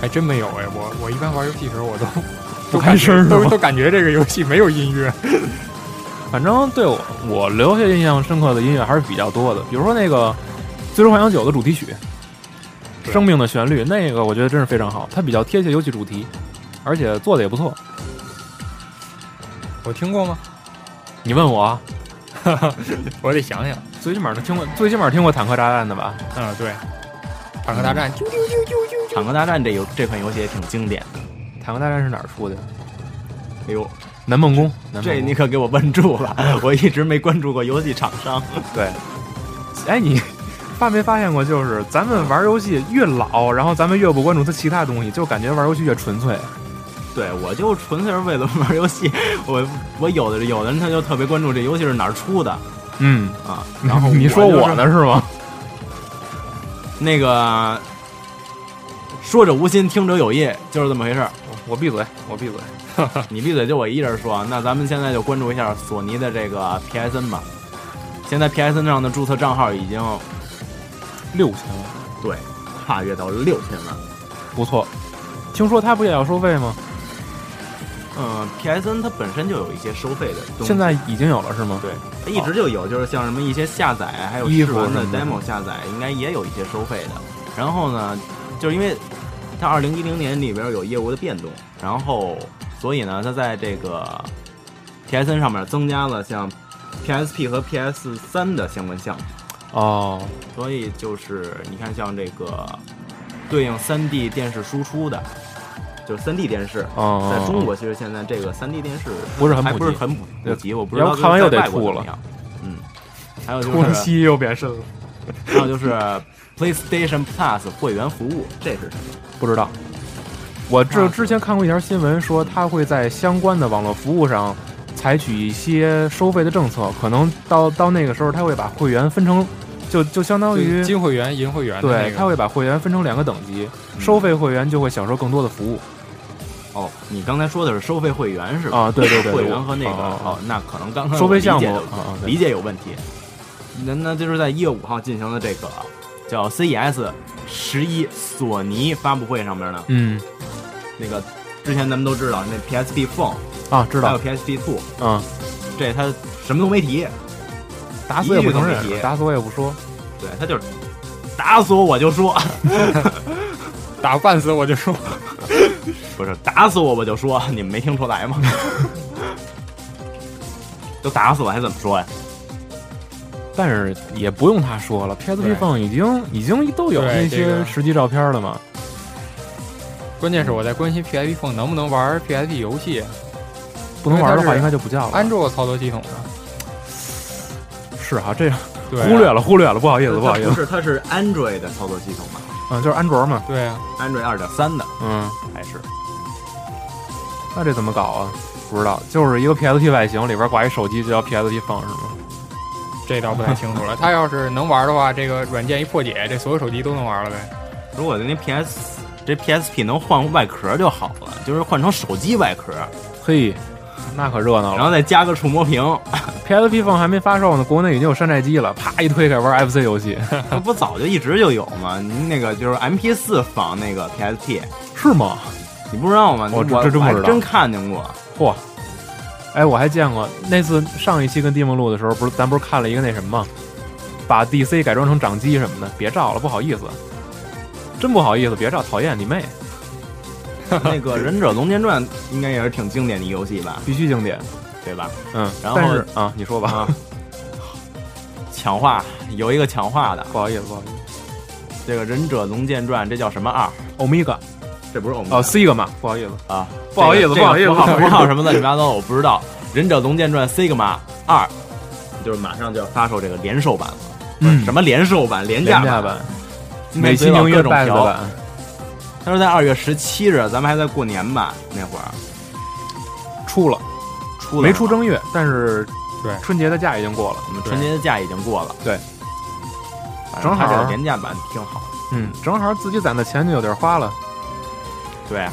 还真没有哎，我我一般玩游戏的时候我都不都开感觉声是都吗都感觉这个游戏没有音乐，反正对我我留下印象深刻的音乐还是比较多的，比如说那个《最终幻想九》的主题曲《对生命的旋律》，那个我觉得真是非常好，它比较贴切游戏主题，而且做的也不错。我听过吗？嗯你问我啊，我得想想，最起码能听过，最起码听过《坦克炸弹》的吧？嗯，对，坦克大战就《坦克大战》这游这款游戏也挺经典的。 《坦克大战》是哪儿出的？哎呦，南梦宫，南梦宫这你可给我问住 了，我一直没关注过游戏厂商。对。哎，你 发没发现过，就是咱们玩游戏越老，然后咱们越不关注它其他东西，就感觉玩游戏越纯粹。对我就纯粹是为了玩游戏，我我有的有的人他就特别关注这游戏是哪儿出的嗯，啊。然然后后你说就我是呢是吗？那个说者无心，听者有意，就是这么回事儿。我闭嘴，我闭嘴。你闭嘴，就我一人说。那咱们现在就关注一下索尼的这个 PSN 吧。现在 PSN 上的注册账号已经六千万，对跨越到六千万。不错。听说他不也要收费吗？嗯，PSN 它本身就有一些收费的东西，现在已经有了是吗？对它一直就有，就是像什么一些下载，还有衣试服玩的什么的 demo 下载，应该也有一些收费的。然后呢，就是因为它二零一零年里边有业务的变动，然后所以呢，它在这个 PSN 上面增加了像 PSP 和 PS 三的相关项目。哦，所以就是你看，像这个对应 3D 电视输出的，就是 3D 电视，哦在中国其实现在这个 3D 电视不是很还普及不是很普对普及，我不知道要不看完又得在外国吐怎了么样。嗯，还有 就呼是吸又变深了。还有就是 PlayStation Plus 会员服务，这是什么？不知道。我那之之前看过一条新闻，说他会在相关的网络服务上采取一些收费的政策，可能到到那个时候，他会把会员分成，就就相当于是金会员、银会员的那对，他个，会把会员分成两个等级，嗯收费会员就会享受更多的服务哦，你刚才说的是收费会员是吧？啊，对对对，会我员和那个哦哦哦，那可能刚才收费我理解项目的啊啊对理解有问题。那那就是在一月五号进行的这个叫 CES 十一索尼发布会上面呢，嗯那个之前咱们都知道，那 PSP Phone 啊，知还有道， PSP Two，嗯，这它什么都没提，打死也不承认一律都没，提打死我也不说，对，它就是打死我我就说，打半死我就说，不是打死我我就说，你们没听出来吗？ 都打死我还怎么说呀？ 但是也不用他说了对，PSP 放已经已经都有对那这些个实际照片了嘛，关键是我在关心 PSP Phone 能不能玩 PSP 游戏，哦不能玩的因为它话是应该就不叫了，安卓操作系统的，是哈，这样对啊，忽略了忽略了，不好意思不好意它思不，是，它是 Android 的操作系统嘛嗯，就是安卓嘛，对啊， ，Android 二点三的嗯，还是那这怎么搞啊？不知道，就是一个 PSP 外形，里边挂一手机，就叫 PSP 放是吗？这倒不太清楚 了。他要是能玩的话，这个软件一破解，这所有手机都能玩了呗。如果那 PS 这 PSP 能换外壳就好了，就是换成手机外壳，嘿，那可热闹然了。后再加个触摸屏， PSP 放还没发售呢，国内已经有山寨机了，啪一推开玩 FC 游戏， 那不早就一直就有吗？你那个就是 MP 四仿那个 PSP，是吗？你不知道吗？我哦这我这真不我还知道真看见过。嚯！哎，我还见过那次上一期跟地梦录的时候，不是咱不是看了一个那什么吗？把 DC 改装成掌机什么的，别照了，不好意思，真不好意思，别照，讨厌你妹， 那个《忍者龙剑传》应该也是挺经典的一游戏吧，必须经典。对吧？嗯，然后但是啊，你说吧，啊，抢话有一个抢话的，不好意思，不好意思这个《忍者龙剑传》这叫什么二？ ，Omega 这不是我们哦，Sigma，不好意思，啊，不好意这个思不好意思这个不好意符思号什么乱七八糟我不知道，《忍者龙剑传 Sigma 二》就是马上就要发售这个联售版了，嗯什么联售版、啊廉廉价价版，今天美其嘴名老曰各种 Best 嫖。版，他说在二月十七日，咱们还在过年吧那会儿出了，出了没出正月，但是对春节的假已经过了，我们春节的假已经过了，对，正正好啊好这个廉价版挺好的，嗯，正好自己攒的钱就有地儿花了。对啊，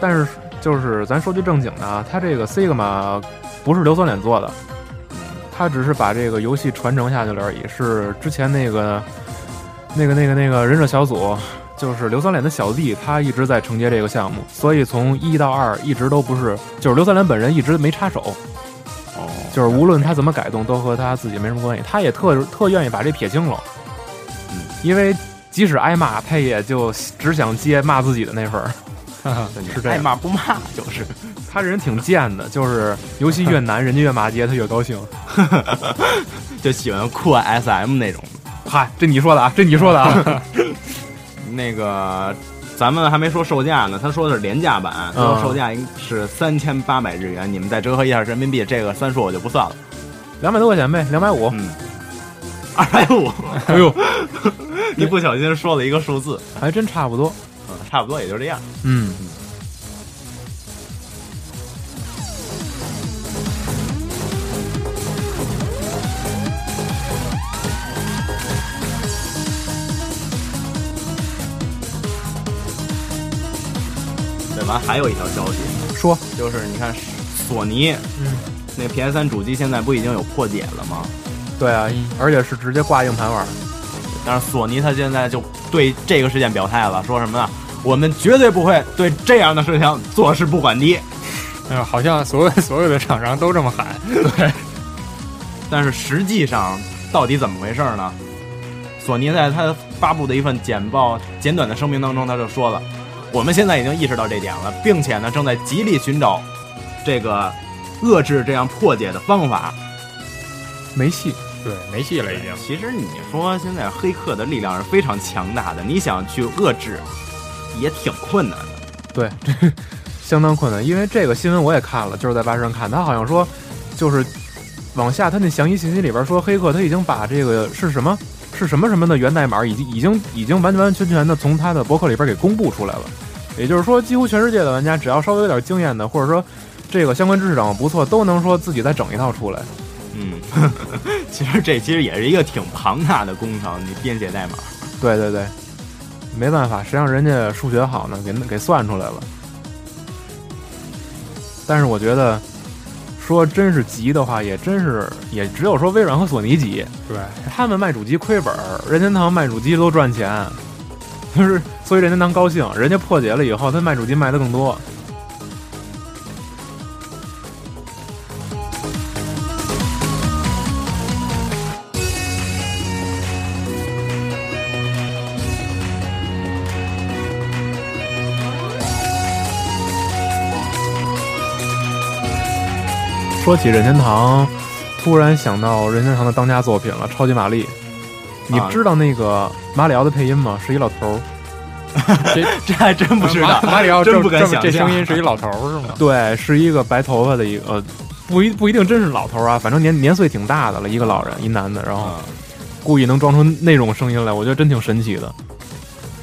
但是就是咱说句正经的啊，它这个 Sigma 不是硫酸脸做的，它只是把这个游戏传承下去了而已。是之前那个 那个那个那个忍者小组，就是硫酸脸的小弟，他一直在承接这个项目，所以从一到二一直都不是，就是硫酸脸本人一直没插手。哦，就是无论他怎么改动，都和他自己没什么关系。他也特特愿意把这撇清了，嗯，因为即使挨骂，他也就只想接骂自己的那份儿。是是这样爱骂不骂就是， 他人挺贱的，就是游戏越难，人家越骂街，他越高兴。就喜欢酷爱 SM 那种。 嗨，这你说的啊，这你说的啊，那个咱们还没说售价呢，他说的是廉价版，他嗯说售价应是三千八百日元，你们再折合一下人民币，这个三数我就不算了， 两百多块钱呗，两百五。嗯，二百五，哎呦，一不小心说了一个数字，还真差不多。嗯差不多也就这样。嗯，对完还有一条消息，说就是你看索尼，嗯，那 PS 三主机现在不已经有破解了吗？对啊，而且是直接挂硬盘玩儿。但是索尼它现在就对这个事件表态了，说什么呢？我们绝对不会对这样的事情坐视不管的。嗯，好像所有 所有的厂商都这么喊。对，但是实际上到底怎么回事呢？索尼在他发布的一份简报简短的声明当中，他就说了，我们现在已经意识到这点了，并且呢正在极力寻找这个遏制这样破解的方法。没戏，对，没戏了已经。其实你说现在黑客的力量是非常强大的，你想去遏制也挺困难的。相当困难。因为这个新闻我也看了，就是在巴士上看，他好像说，就是往下他那详细信息里边说，黑客他已经把这个是什么是什么什么的源代码，已经已经已经完完全全的从他的博客里边给公布出来了。也就是说，几乎全世界的玩家，只要稍微有点经验的，或者说这个相关知识掌握不错，都能说自己再整一套出来。嗯， 其实这其实也是一个挺庞大的工程，你编写代码。 对对对，没办法，谁让人家数学好呢？给给算出来了。但是我觉得，说真是急的话，也真是也只有说微软和索尼急，对，他们卖主机亏本儿，任天堂卖主机都赚钱，就是所以任天堂高兴，人家破解了以后，他卖主机卖的更多。说起任天堂，突然想到任天堂的当家作品了，《超级玛丽》。你啊知道那个马里奥的配音吗？是一老头儿。这还真不知道，马马里奥真这不敢这想象这声音是一老头儿是吗？对，是一个白头发的一个，呃不一不一定真是老头儿啊，反正年年岁挺大的了，一个老人，一男的，然后啊故意能装出那种声音来，我觉得真挺神奇的。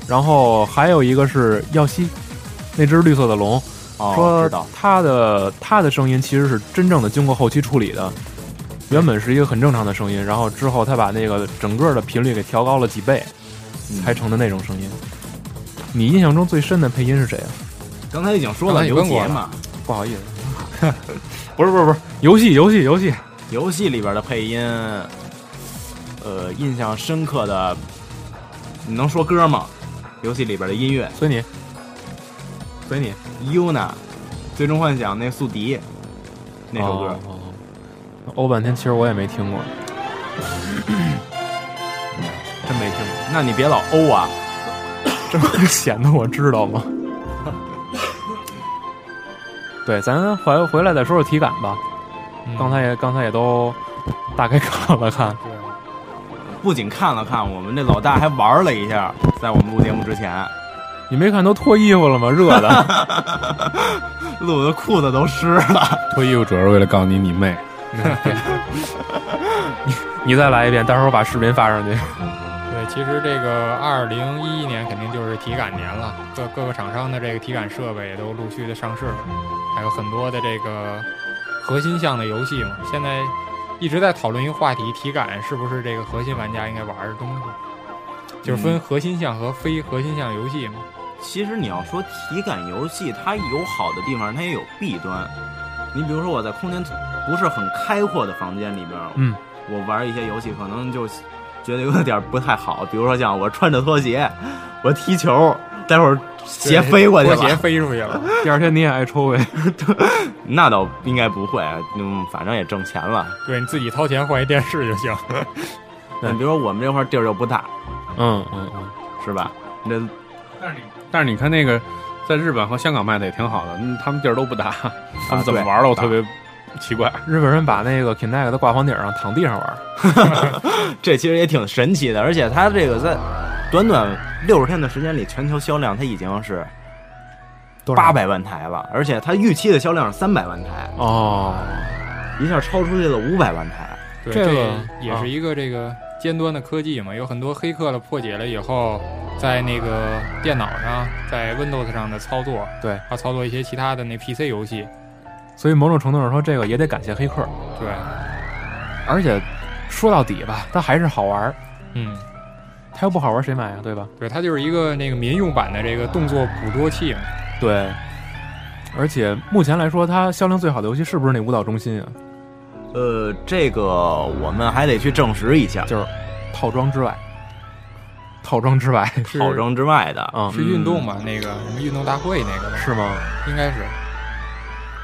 然后还有一个是耀西，那只绿色的龙，哦，说知道，它的它的声音其实是真正的经过后期处理的，原本是一个很正常的声音，然后之后他把那个整个的频率给调高了几倍，嗯才成的那种声音。你印象中最深的配音是谁啊？刚才已经说刚了才你刘问过杰了嘛， 不好意思，不是不是不是，游戏游戏游戏，游戏里边的配音，呃，印象深刻的，你能说歌吗？游戏里边的音乐随你，随你 Yuna，最终幻想那宿敌那首歌，哦哦哦欧半天，其实我也没听过， 真没听过，那你别老欧啊，这不是显得我知道吗？ 对，咱回回来再说说体感吧。嗯刚才也刚才也都大概看了看，对不仅看了看，我们这老大还玩了一下，在我们录节目之前，你没看都脱衣服了吗？热的，录的裤子都湿了。脱衣服主要是为了告诉你你妹。你再来一遍，到时候把视频发上去。对，其实这个二零一一年肯定就是体感年了，各各个厂商的这个体感设备也都陆续的上市了，还有很多的这个核心项的游戏嘛。现在一直在讨论一个话题，体感是不是这个核心玩家应该玩的东西，就是嗯分核心项和非核心项游戏嘛。其实你要说体感游戏，它有好的地方，它也有弊端。你比如说我在空间不是很开阔的房间里边，嗯，我玩一些游戏可能就觉得有点不太好，比如说像我穿着拖鞋，我踢球，待会儿鞋飞过去拖鞋了，飞出去了。第二天你也爱抽呗？那倒应该不会，嗯，反正也挣钱了。对，你自己掏钱换一电视就行。那比如说我们这块地儿又不大，嗯嗯嗯，是吧？那啊但是你看那个，在日本和香港卖的也挺好的，嗯他们地儿都不大，他们怎么对玩的我不大特别奇怪。日本人把那个 Kinect 的挂房顶上，躺地上玩。这其实也挺神奇的，而且它这个在短短六十天的时间里，全球销量它已经是多少八百万台了，而且它预期的销量是三百万台，哦，一下超出去了五百万台。对，这这个啊也是一个这个尖端的科技嘛，有很多黑客了破解了以后，在那个电脑上，在 Windows 上的操作，对，他操作一些其他的那 PC 游戏，所以某种程度上说，这个也得感谢黑客。对，而且说到底吧，它还是好玩儿，嗯，它要不好玩儿谁买呀？啊对吧？对，它就是一个那个民用版的这个动作捕 捉器嘛，对。而且目前来说，它销量最好的游戏是不是那《舞蹈中心》啊？呃，这个我们还得去证实一下。就是套装之外，套装之外是考证之外的， 啊、是运动嘛，那个什么运动大会那个吧，是 吗？应该是，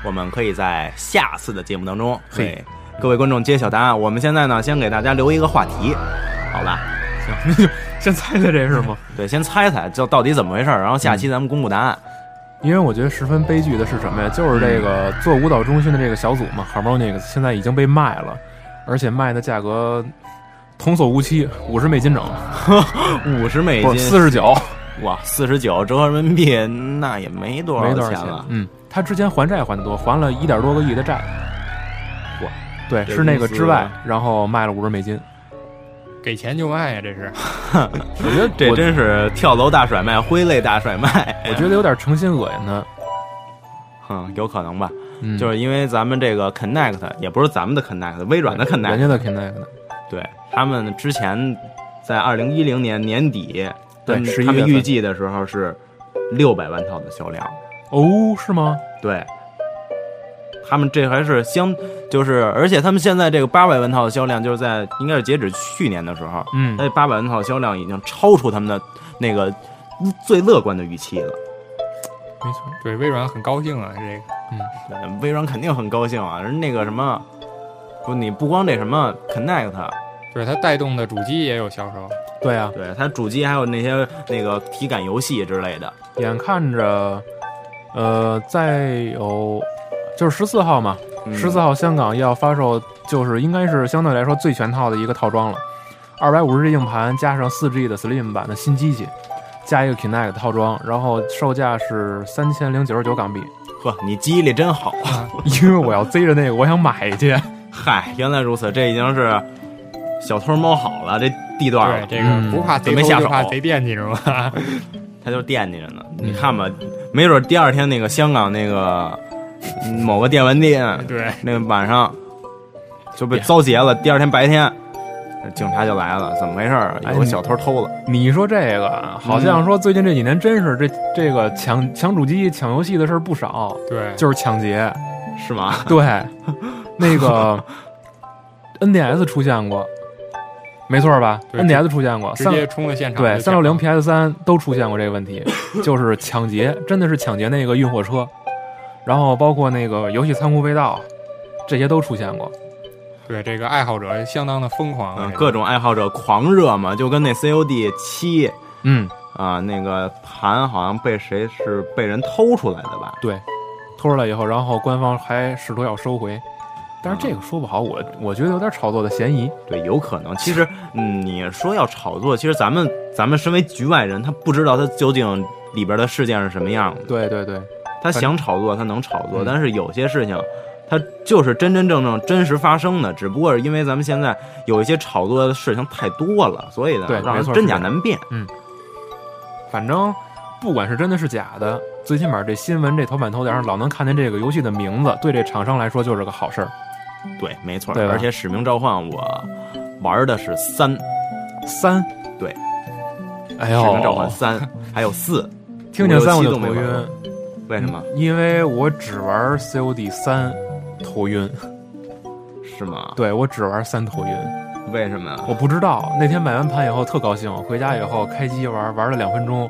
我们可以在下次的节目当中嘿给各位观众揭晓答案。我们现在呢，先给大家留一个话题，好吧？行，那就先猜猜这是吗？对，先猜猜就到底怎么回事儿，然后下期咱们公布答案。因为我觉得十分悲剧的是什么呀？就是这个做舞蹈中心的这个小组嘛，Harmonix 现在已经被卖了，而且卖的价格童叟无欺，五十美金整，五十美不金，四十九，哇，四十九折合人民币，那也没多没少多少钱了。嗯，他之前还债还的多，还了一点多个亿的债。哇，对，这是那个公司之外，然后卖了五十美金。给钱就卖呀，这 是，我觉得这真是跳楼大甩卖、挥泪大甩卖，我觉得有点诚心恶心他，嗯，有可能吧？嗯，就是因为咱们这个 Connect 也不是咱们的 Connect，微软的人 Connect，家的 Kinect，对他们之前在二零一零年年底，对他们11他月们份预计的时候是六百万套的销量，哦，是吗？对。他们这还是相，就是而且他们现在这个八百万套的销量，就是在应该是截止去年的时候，嗯，那八百万套销量已经超出他们的那个最乐观的预期了。没错，对，微软很高兴啊，这个，呃微软肯定很高兴啊，人那个什么，不，你不光这什么 Connect，对，它带动的主机也有销售，对啊，对它主机还有那些那个体感游戏之类的，眼看着，呃，再有就是十四号嘛，嗯十四号香港要发售，就是应该是相对来说最全套的一个套装了，二百五十 G 硬盘加上四 G 的 Slim 版的新机器，加一个 Kinect 套装，然后售价是三千零九十九港币。呵，你记忆力真好， 因为我要贼着那个，我想买 去。嗨，原来如此，这已经是小偷摸好了这地段对，了，这个嗯不怕贼准备偷下就怕手贼惦记是吧？ 他就惦记着呢。嗯你看吧，没准第二天那个香港那个嗯某个电玩店对，那个晚上就哎被遭劫了，第二天白天。警察就来了，怎么回事儿？哎有个小偷偷了。你说这个啊，好像说最近这几嗯年真是这这个抢抢主机、抢游戏的事儿不少，对， 就是抢劫，是吗？对，那个 NDS 出现过，没错吧对？NDS 出现过，直三接冲了现场就对抢。三六零、PS 三都出现过这个问题，就是抢劫，真的是抢劫那个运货车，然后包括那个游戏仓库被盗，这些都出现过。对这个爱好者相当的疯狂啊嗯，，这个各种爱好者狂热嘛，就跟那 COD 七嗯，啊、那个盘好像被谁是被人偷出来的吧？偷出来以后，然后官方还试图要收回，但嗯是这个说不好，我我觉得有点炒作的嫌疑。对，有可能。 其实、嗯、你说要炒作，其实咱们咱们身为局外人，他不知道他究竟里边的事件是什么样的。对对对，他想炒作，他能炒作，嗯但是有些事情，它就是真真正正真实发生的，只不过是因为咱们现在有一些炒作的事情太多了，所以呢，对让没人错真假是这难辨。反正不管是真的是假的，最起码这新闻这头版头条上老能看见这个游戏的名字，对这厂商来说就是个好事儿。对，没错。对吧而且《使命召唤》我玩的是三，《三，对，哎使命召唤呦，三》还有四，听见三我五六就七都头没玩晕，为什么？因为我只玩 COD 三头晕， 是吗？对我只玩三头晕，为什么呀？我不知道那天买完盘以后特高兴，回家以后开机玩玩了两分钟，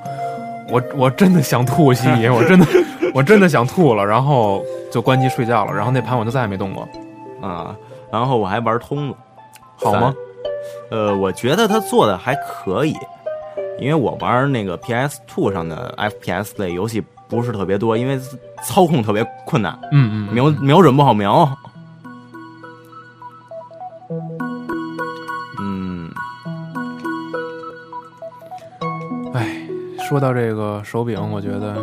我我真的想吐，西 米，我真的我真的想吐了，然后就关机睡觉了，然后那盘我就再也没动过，啊、然后我还玩通了，好吗？呃，我觉得他做的还可以，因为我玩那个 PS Two 上的 FPS 类游戏不是特别多，因为操控特别困难，嗯嗯，瞄瞄准不好瞄。嗯，哎，说到这个手柄，我觉得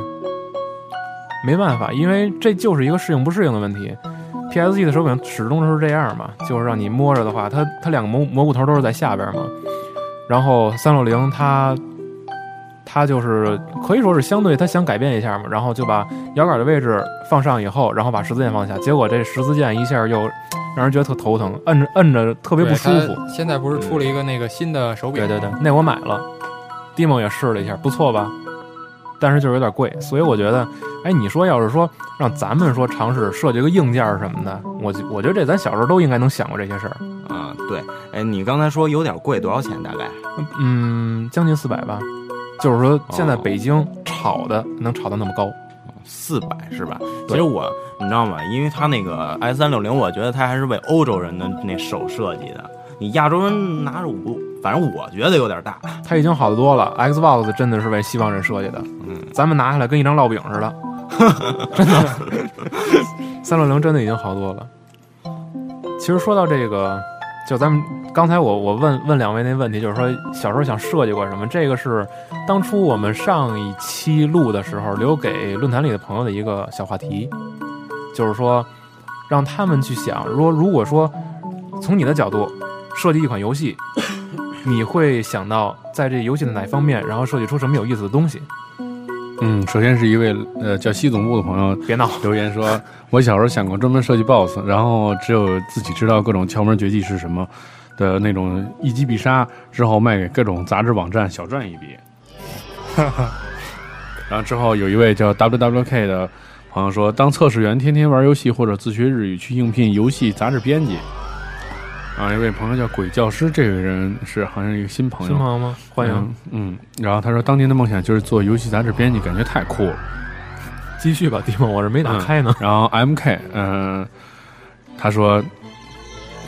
没办法，因为这就是一个适应不适应的问题。PSG 的手柄始终是这样嘛，就是让你摸着的话，它它两个蘑蘑菇头都是在下边嘛。然后三六零它它就是可以说是相对它想改变一下嘛，然后就把摇杆的位置放上以后，然后把十字键放下，结果这十字键一下又让人觉得特头疼，摁着摁着特别不舒服对。它现在不是出了一个那个新的手对柄？对对，那我买了，Demo 也试了一下，不错吧？但是就是有点贵，所以我觉得，哎，你说要是说让咱们说尝试设计个硬件儿什么的，我觉我觉得这咱小时候都应该能想过这些事儿。啊、对，哎，你刚才说有点贵，多少钱大概？嗯，将近四百吧，就是说现在哦北京炒的能炒到那么高，四百是吧？其对实我你知道吗？因为它那个 i 三六零，我觉得它还是为欧洲人的那手设计的。你亚洲人拿着我，反正我觉得有点大。它已经好得多了。Xbox 真的是为西方人设计的，嗯，咱们拿下来跟一张烙饼似的，真的。三六零真的已经好多了。其实说到这个，就咱们刚才我我问问两位那问题，就是说小时候想设计过什么？这个是当初我们上一期录的时候留给论坛里的朋友的一个小话题，就是说让他们去想，如果如果说从你的角度设计一款游戏，你会想到在这游戏的哪方面，然后设计出什么有意思的东西？嗯，首先是一位呃叫西总部的朋友别闹，留言说，我小时候想过专门设计 BOSS，然后只有自己知道各种窍门绝技是什么的那种一击必杀，之后卖给各种杂志网站小赚一笔。 然后之后有一位叫 WWK 的朋友说，当测试员天天玩游戏或者自学日语去应聘游戏杂志编辑。啊，一位朋友叫鬼教师，这个人是好像是一个新朋新友，朋友吗？欢迎，嗯。嗯，然后他说当年的梦想就是做游戏杂志编辑，感觉太酷了。继续吧，弟们，我是没打开呢。然后 M K，嗯、他说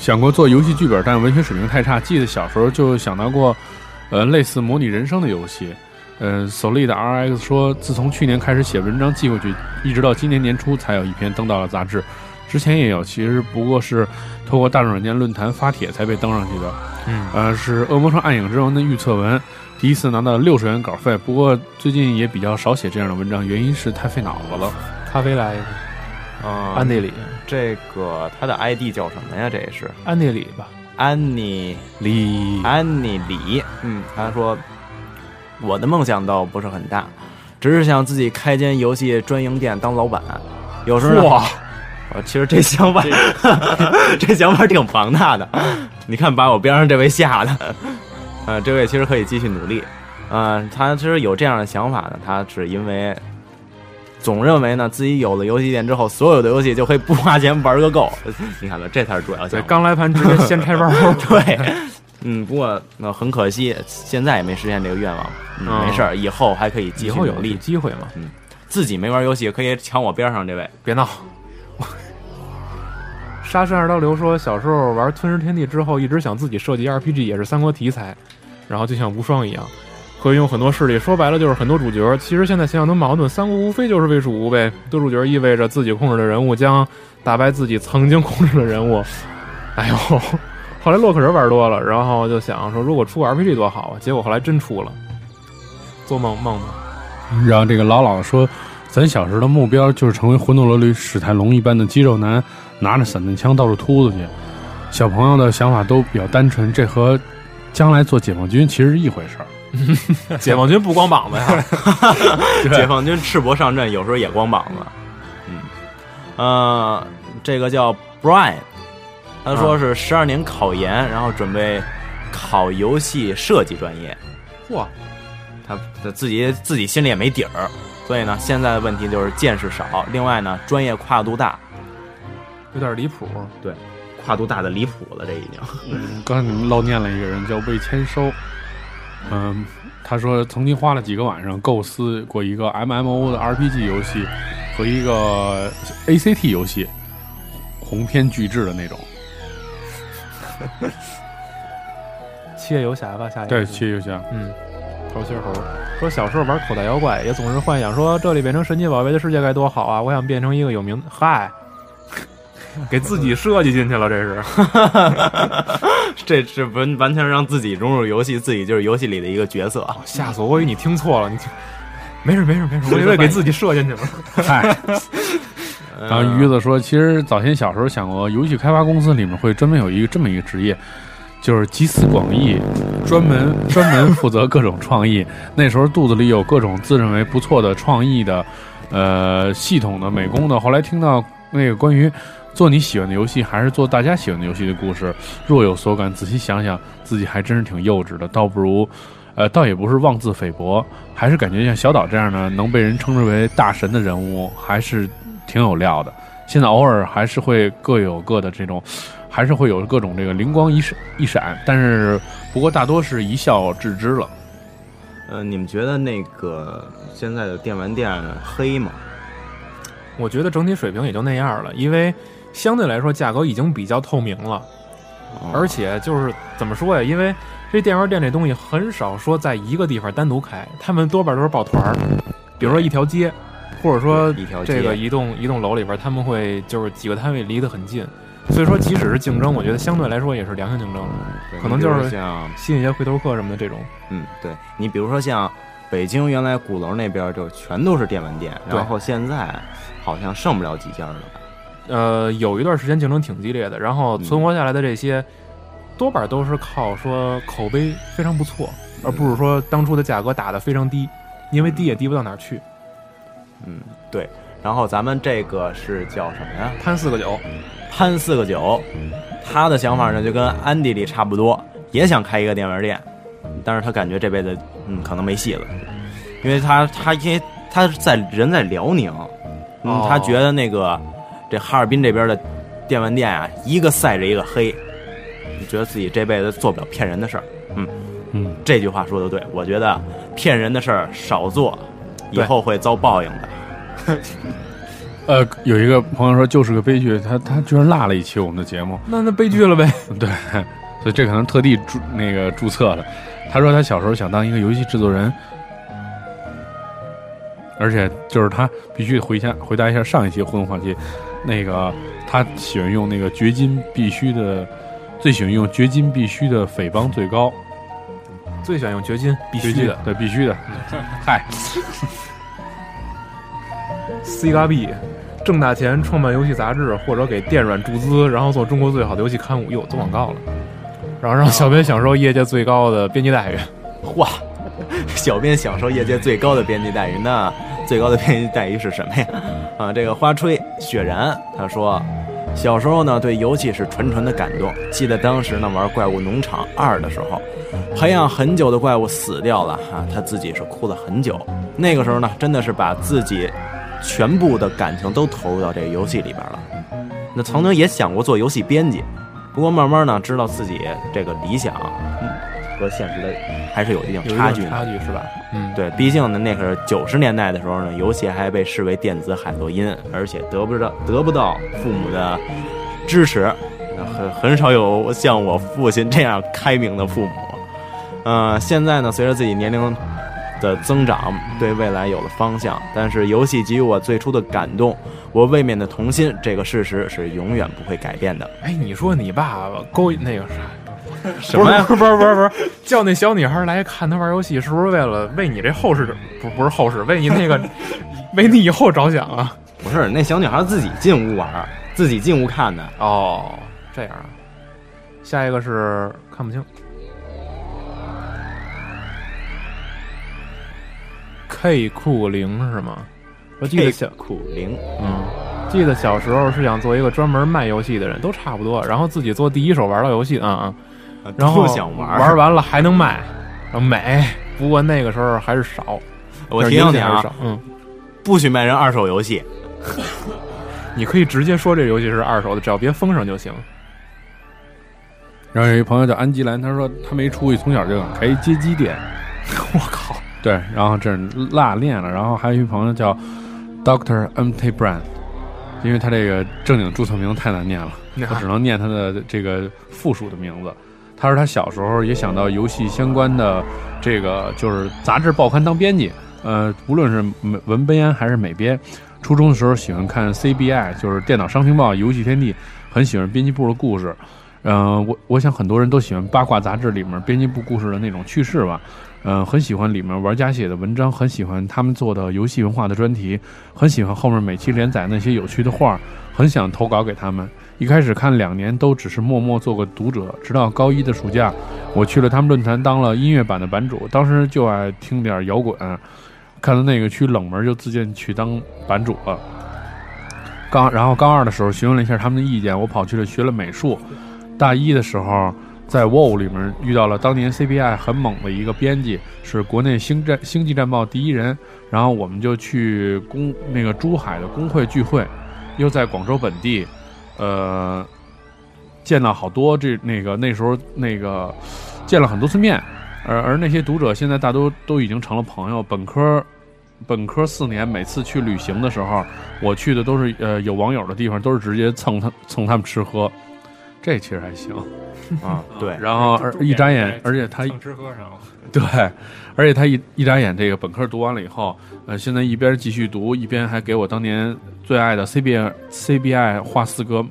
想过做游戏剧本，但是文学水平太差。记得小时候就想到过，呃，类似模拟人生的游戏。呃，Solid R X 说，自从去年开始写文章寄过去，一直到今年年初才有一篇登到了杂志。之前也有，其实不过是透过大众软件论坛发帖才被登上去的。嗯，呃，是《恶魔城暗影之王》的预测文，第一次拿到了六十元稿费。不过最近也比较少写这样的文章，原因是太费脑子了。嗯咖啡来一个，嗯啊、安内里，这个他的 ID 叫什么呀？这是安内里吧，安妮里安妮里。嗯，他说我的梦想倒不是很大，只是想自己开间游戏专营店当老板。有时候呢哇， 我其实这想法， 这想法挺庞大的。你看，把我边上这位吓的。呃，这位其实呃可以继续努力。嗯、他其实有这样的想法呢，他是因为总认为呢自己有了游戏店之后，所有的游戏就可以不花钱玩个够。 你看吧，这才是主要对项，目。刚来盘直接先拆 包。 对，嗯，不过那很可惜，现在也没实现这个愿望。嗯，嗯没事儿，以后还可以继以续后努有力。机会嘛，自己没玩游戏，可以抢我边上这位。别闹。 沙山二刀流说，小时候玩《吞噬天地》之后，一直想自己设计 RPG，也是三国题材，然后就像无双一样，可以用很多势力。说白了就是很多主角。其实现在想想都矛盾，三国无非就是魏蜀吴呗。多主角意味着自己控制的人物将打败自己曾经控制的人物。哎呦，后来洛克人玩多了，然后就想说，如果出个 RPG 多好啊！结果后来真出了，做梦梦吧。然后这个老老说，咱小时候的目标就是成为魂斗罗里史泰龙一般的肌肉男，拿着散弹枪到处突突去。小朋友的想法都比较单纯，这和将来做解放军其实是一回事儿。解放军不光膀子呀， 解放军赤膊上阵，有时候也光膀子。嗯，呃，这个叫 Brian，他说嗯是十二年考研，然后准备考游戏设计专业。嚯，他他自己自己心里也没底儿，所以呢，现在的问题就是见识少，另外呢，专业跨度大，有点离谱。跨度大的离谱了，这已经。嗯刚才你们漏念了一个人叫魏千收，嗯，他说曾经花了几个晚上构思过一个 MMO 的 RPG 游戏和一个 ACT 游戏，鸿篇巨制的那种。七夜游侠吧，下一对，个谢谢谢。嗯，头靴猴说小时候玩口袋妖怪，也总是幻想说这里变成神奇宝贝的世界该多好啊！我想变成一个有名嗨， 给自己设计进去了，这是哦这是完完全让自己融入游戏，自己就是游戏里的一个角 色。吓死我！我以为你听错了，你听没事没事没事，我以为给自己设进去了。嗨，呃然后鱼子说，其实早先小时候想过，游戏开发公司里面会专门有一个这么一个职业，就是集思广益，专门专门负责各种创意。那时候肚子里有各种自认为不错的创意的，呃，系统的、美工的。后来听到那个关于。做你喜欢的游戏，还是做大家喜欢的游戏的故事，若有所感。仔细想想，自己还真是挺幼稚的，倒不如，呃，倒也不是妄自菲薄，还是感觉像小岛这样的能被人称之为大神的人物，还是挺有料的。现在偶尔还是会各有各的这种，还是会有各种这个灵光一闪一闪，但是不过大多是一笑置之了。呃，你们觉得那个现在的电玩店黑吗？ 我觉得整体水平也就那样了，因为相对来说价格已经比较透明了。哦而且就是怎么说呀？因为这电玩店这东西很少说在一个地方单独开，他们多半都是抱团儿，比如说一条街，或者说一条街这个一栋一栋楼里边，他们会就是几个摊位离得很近，所以说即使是竞争，我觉得相对来说也是良性竞争的，对可能你比如就是说像，吸引一些回头客什么的这种。嗯，对你比如说像北京原来鼓楼那边就全都是电玩店，对然后现在好像剩不了几家了吧？呃，有一段时间竞争挺激烈的，然后存活下来的这些，多半都是靠说口碑非常不错，而不是说当初的价格打得非常低，因为低也低不到哪儿去。嗯，对。然后咱们这个是叫什么呀？摊四个九，潘四个九，他的想法呢就跟安迪里差不多，也想开一个电玩店，但是他感觉这辈子嗯可能没戏了，因为他他因为他在人在辽宁，嗯哦，他觉得那个这哈尔滨这边的电玩店啊，一个赛着一个黑，觉得自己这辈子做不了骗人的事儿。嗯，这句话说的对，我觉得骗人的事儿少做，以对后会遭报应的。呃，有一个朋友说就是个悲剧，他他居然落了一期我们的节目，那那悲剧了呗。对，所以这可能特地注那个注册了。他说他小时候想当一个游戏制作人，而且就是他必须回家回答一下上一期互动话题，那个他喜欢用那个掘金必须的，最喜欢用掘金必须的匪帮最高，最喜欢用掘金，必掘须金的对必须的，嗨， C 嘎 B，挣大钱创办游戏杂志，或者给电软注资，然后做中国最好的游戏刊物，哟，做广告了，然后让小编享受业界最高的编辑待遇。哇， 小编享受业界最高的编辑待遇，那最高的编辑待遇是什么呀？啊，这个花吹雪然他说，小时候呢对游戏是纯纯的感动，记得当时呢玩《怪物农场二》的时候，培养很久啊的怪物死掉了哈、他自己是哭了很久。那个时候呢，真的是把自己全部的感情都投入到这个游戏里边了。那曾经也想过做游戏编辑，不过慢慢呢，知道自己这个理想嗯和现实的还是有一定有一定差距的。差距是吧？嗯，对，毕竟呢，那可是九十年代的时候呢，游戏还被视为电子海洛因，而且得不到得不到父母的支持，很很少有像我父亲这样开明的父母。呃，现在呢，随着自己年龄的增长，对未来有了方向，但是游戏给予我最初的感动，我未免的童心，这个事实是永远不会改变的。哎，你说你爸爸勾引那个啥？什么呀？不是不是不是不是，叫那小女孩来看他玩游戏，是不是为了为你这后世不不是后世，为你那 个为你以后着想啊？不是，那小女孩自己进屋玩，自己进屋看的。哦，这样啊。下一个是看不清。K 酷零是吗？我记哎得小苦灵，嗯，记得小时候是想做一个专门卖游戏的人，都差不多，然后自己做第一手玩到游戏，嗯嗯，然后不想玩玩完了还能卖，然后美。不过那个时候还是少，我但是提游醒戏你还是啊，少，嗯，不许卖人二手游戏。你可以直接说这游戏是二手的，只要别封上就行。然后有一朋友叫安吉兰，他说他没出去，从小就想开一街机店。 我靠，对，然后这是辣练了。然后还有一朋友叫 Doctor Empty Brand，因为他这个正经注册名太难念了，我只能念他的这个附属的名字。他说他小时候也想到游戏相关的这个就是杂志报刊当编辑，呃，无论是美文编还是美编。初中的时候喜欢看 CBI，就是电脑商情报、游戏天地，很喜欢编辑部的故事。嗯、我我想很多人都喜欢八卦杂志里面编辑部故事的那种趣事吧。嗯、很喜欢里面玩家写的文章，很喜欢他们做的游戏文化的专题，很喜欢后面每期连载那些有趣的画儿，很想投稿给他们。一开始看两年都只是默默做个读者，直到高一的暑假，我去了他们论坛当了音乐版的版主，当时就爱听点摇滚，看到那个区冷门就自荐去当版主了。刚然后高二的时候询问了一下他们的意见，我跑去了学了美术。大一的时候在 WoW 里面遇到了当年 CBI 很猛的一个编辑，是国内星战星际战报第一人。然后我们就去工那个珠海的工会聚会，又在广州本地，呃，见到好多这那个那时候那个呃见了很多次面，而而那些读者现在大多都已经成了朋友。本科本科四年，每次去旅行的时候，我去的都是呃有网友的地方，都是直接蹭他蹭他们吃喝，这其实还行啊。嗯对，哎然后而一眨眼，而且他蹭吃喝上了，对，而且他一一眨眼，这个本科读完了以后，呃，现在一边继续读，一边还给我当年最爱的 CBI CBI 画四格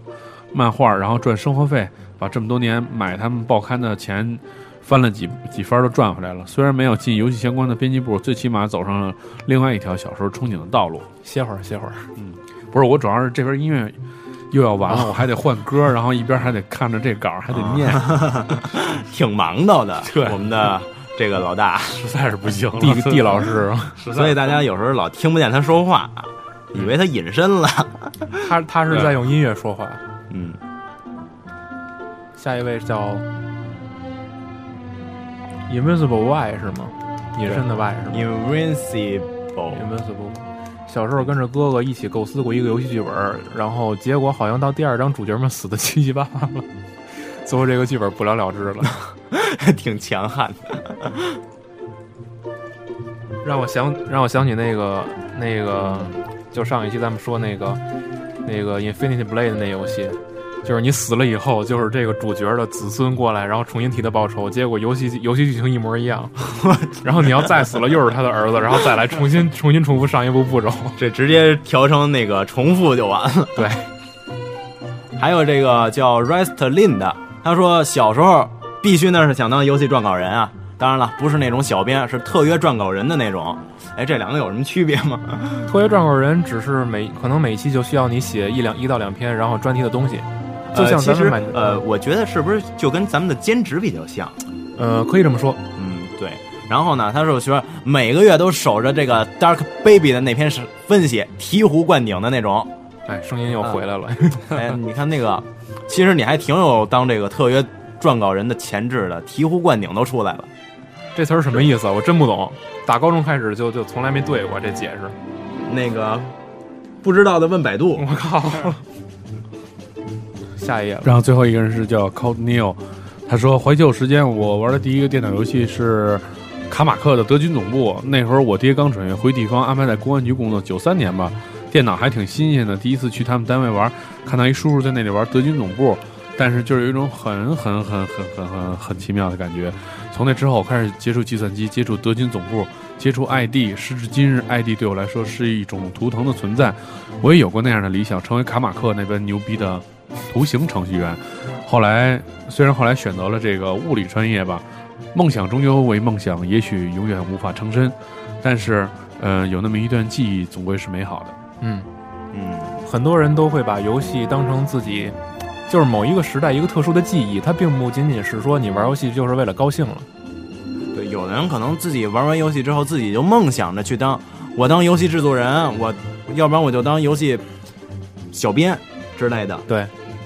漫画，然后赚生活费，把这么多年买他们报刊的钱翻了几几番都赚回来了。虽然没有进游戏相关的编辑部，最起码走上了另外一条小时候憧憬的道路。歇会儿，歇会儿。不是，我主要是这边音乐又要完了，我还得换歌，然后一边还得看着这稿，还啊 得念，挺忙叨的，对我们的这个老大，实在是不行了。地地老 师，所以大家有时候老听不见他说话，以为他隐身了。他他是在用音乐说话。嗯，下一位叫 Invisible Y 是吗？隐身的 Y 是吗嗯 Invincible， ？Invisible。小时候跟着哥哥一起构思过一个游戏剧本，然后结果好像到第二章主角们死的七七八八了， 最后这个剧本不了了之了，挺强悍的。让我想让我想起那个那个，就上一期咱们说那个那个 Infinity Blade 那游戏，就是你死了以后，就是这个主角的子孙过来，然后重新替他报仇，结果游戏游戏剧情一模一样， 然后你要再死了又是他的儿子，然后再来重新重新重复上一步步骤。这直接调成那个重复就完了。对， 还有这个叫 Restlin 的，他说小时候必须那是想当游戏撰稿人啊，当然了，不是那种小编，是特约撰稿人的那种。哎，这两个有什么区别吗？特约撰稿人只是每可能每期就需要你写一两一到两篇，然后专题的东西，就像呃其咱们实买呃，我觉得是不是就跟咱们的兼职比较像？呃可以这么说，嗯，对。然后呢，他是说每个月都守着这个 Dark Baby 的那篇是分析，醍醐灌顶的那种。哎，声音又回来了，哎，你看那个，其实你还挺有当这个特约撰稿人的潜质的，醍醐灌顶都出来了。这词儿什么意思啊？我真不懂，打高中开始就就从来没对过这解释。那个不知道的问百度。我靠！下一页吧，然后最后一个人是叫 Cold Neil，他说怀旧时间，我玩的第一个电脑游戏是卡马克的德军总部。那会儿我爹刚准备回地方，安排在公安局工作，九三年吧，电脑还挺新鲜的，第一次去他们单位玩，看到一叔叔在那里玩德军总部，但是就是有一种很很很很很很很奇妙的感觉。从那之后，我开始接触计算机，接触德军总部，接触 ID。时至今日，ID 对我来说是一种图腾的存在。我也有过那样的理想，成为卡马克那般牛逼的图形程序员。后来，虽然后来选择了这个物理专业吧，梦想终究为梦想，也许永远无法成真，但是，呃，有那么一段记忆，总归是美好的。嗯，嗯，很多人都会把游戏当成自己就是某一个时代一个特殊的记忆，它并不仅仅是说你玩游戏就是为了高兴了。对，有的人可能自己玩完游戏之后，自己就梦想着去当我当游戏制作人，我要不然我就当游戏小编之类的。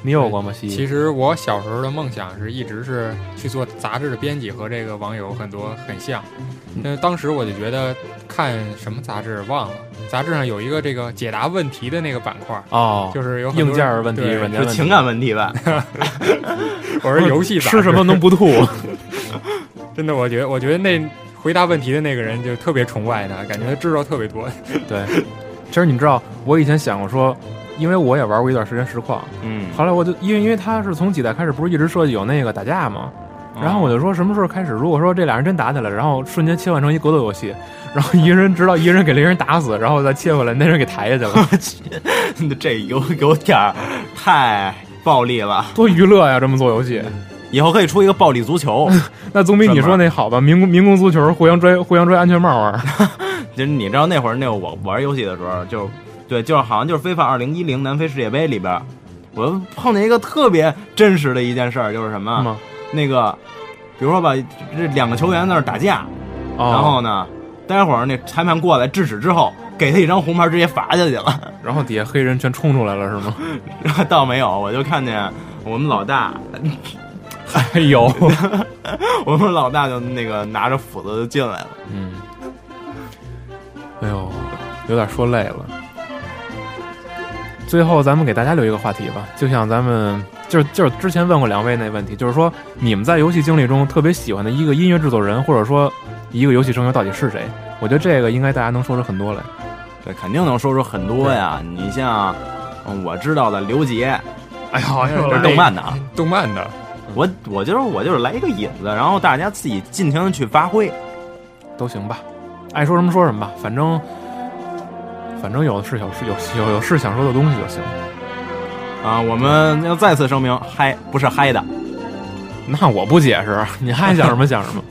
你有过吗？西其实我小时候的梦想是一直是去做杂志的编辑，和这个网友很多很像。嗯但是当时我就觉得看什么杂志忘了，杂志上有一个这个解答问题的那个板块，哦，就是有很多硬件问题，对软件是问题情感问题吧？ 我是游戏 杂吃什么能不吐？志真的，我觉得我觉得那回答问题的那个人就特别崇拜他，感觉他知道特别多。 对，其实你知道，我以前想过说，因为我也玩过一段时间实况，嗯，后来我就因为因为他是从几代开始，不是一直设计有那个打架吗？然后我就说什么时候开始？如果说这俩人真打起来，然后瞬间切换成一格斗游戏，然后一个人直到一个人给另一人打死，然后再切回来，那人给抬下去 了， 这有有点儿太暴力了，多娱乐呀！这么做游戏，以后可以出一个暴力足 球，那总比你说那好吧？民工民工足球互相拽互相拽安全帽玩儿，就是你知道那会儿那会儿我玩游戏的时候，就对，就是好像就是非法二零一零南非世界杯里边儿，我碰见一个特别真实的一件事儿，就是什是么吗？那个，比如说吧，这两个球员在那儿打架，哦然后呢，待会儿那裁判过来制止之后，给他一张红牌，直接罚下去了。 然后底下黑人全冲出来了是吗？倒没有，我就看见我们老大，哎 呦，我们老大就那个拿着斧子就进来了。嗯，哎呦，有点说累了。最后，咱们给大家留一个话题吧，就像咱们就是就是之前问过两位那问题，就是说你们在游戏经历中特别喜欢的一个音乐制作人，或者说一个游戏声优到底是谁？我觉得这个应该大家能说出很多来。对，肯定能说出很多呀。你像嗯我知道的刘杰，哎呦，这是动漫的啊。嗯动漫的，我我就是我就是来一个引子，然后大家自己尽情的去发挥。都行吧，爱说什么说什么吧，反正反正有的是有是有有有是想说的东西就行。啊，我们要再次声明，嗨不是嗨的，那我不解释， 你爱想什么想什么。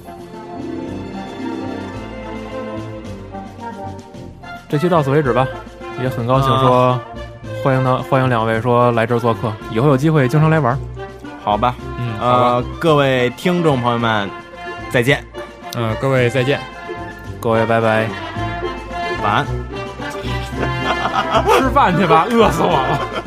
这期到此为止吧，也很高兴说，欢迎到欢迎两位说来这儿做客，以后有机会经常来玩。好吧？嗯，好吧，呃，各位听众朋友们，再见，嗯，各位再见。各位拜拜，晚安。吃饭去吧，饿死我了。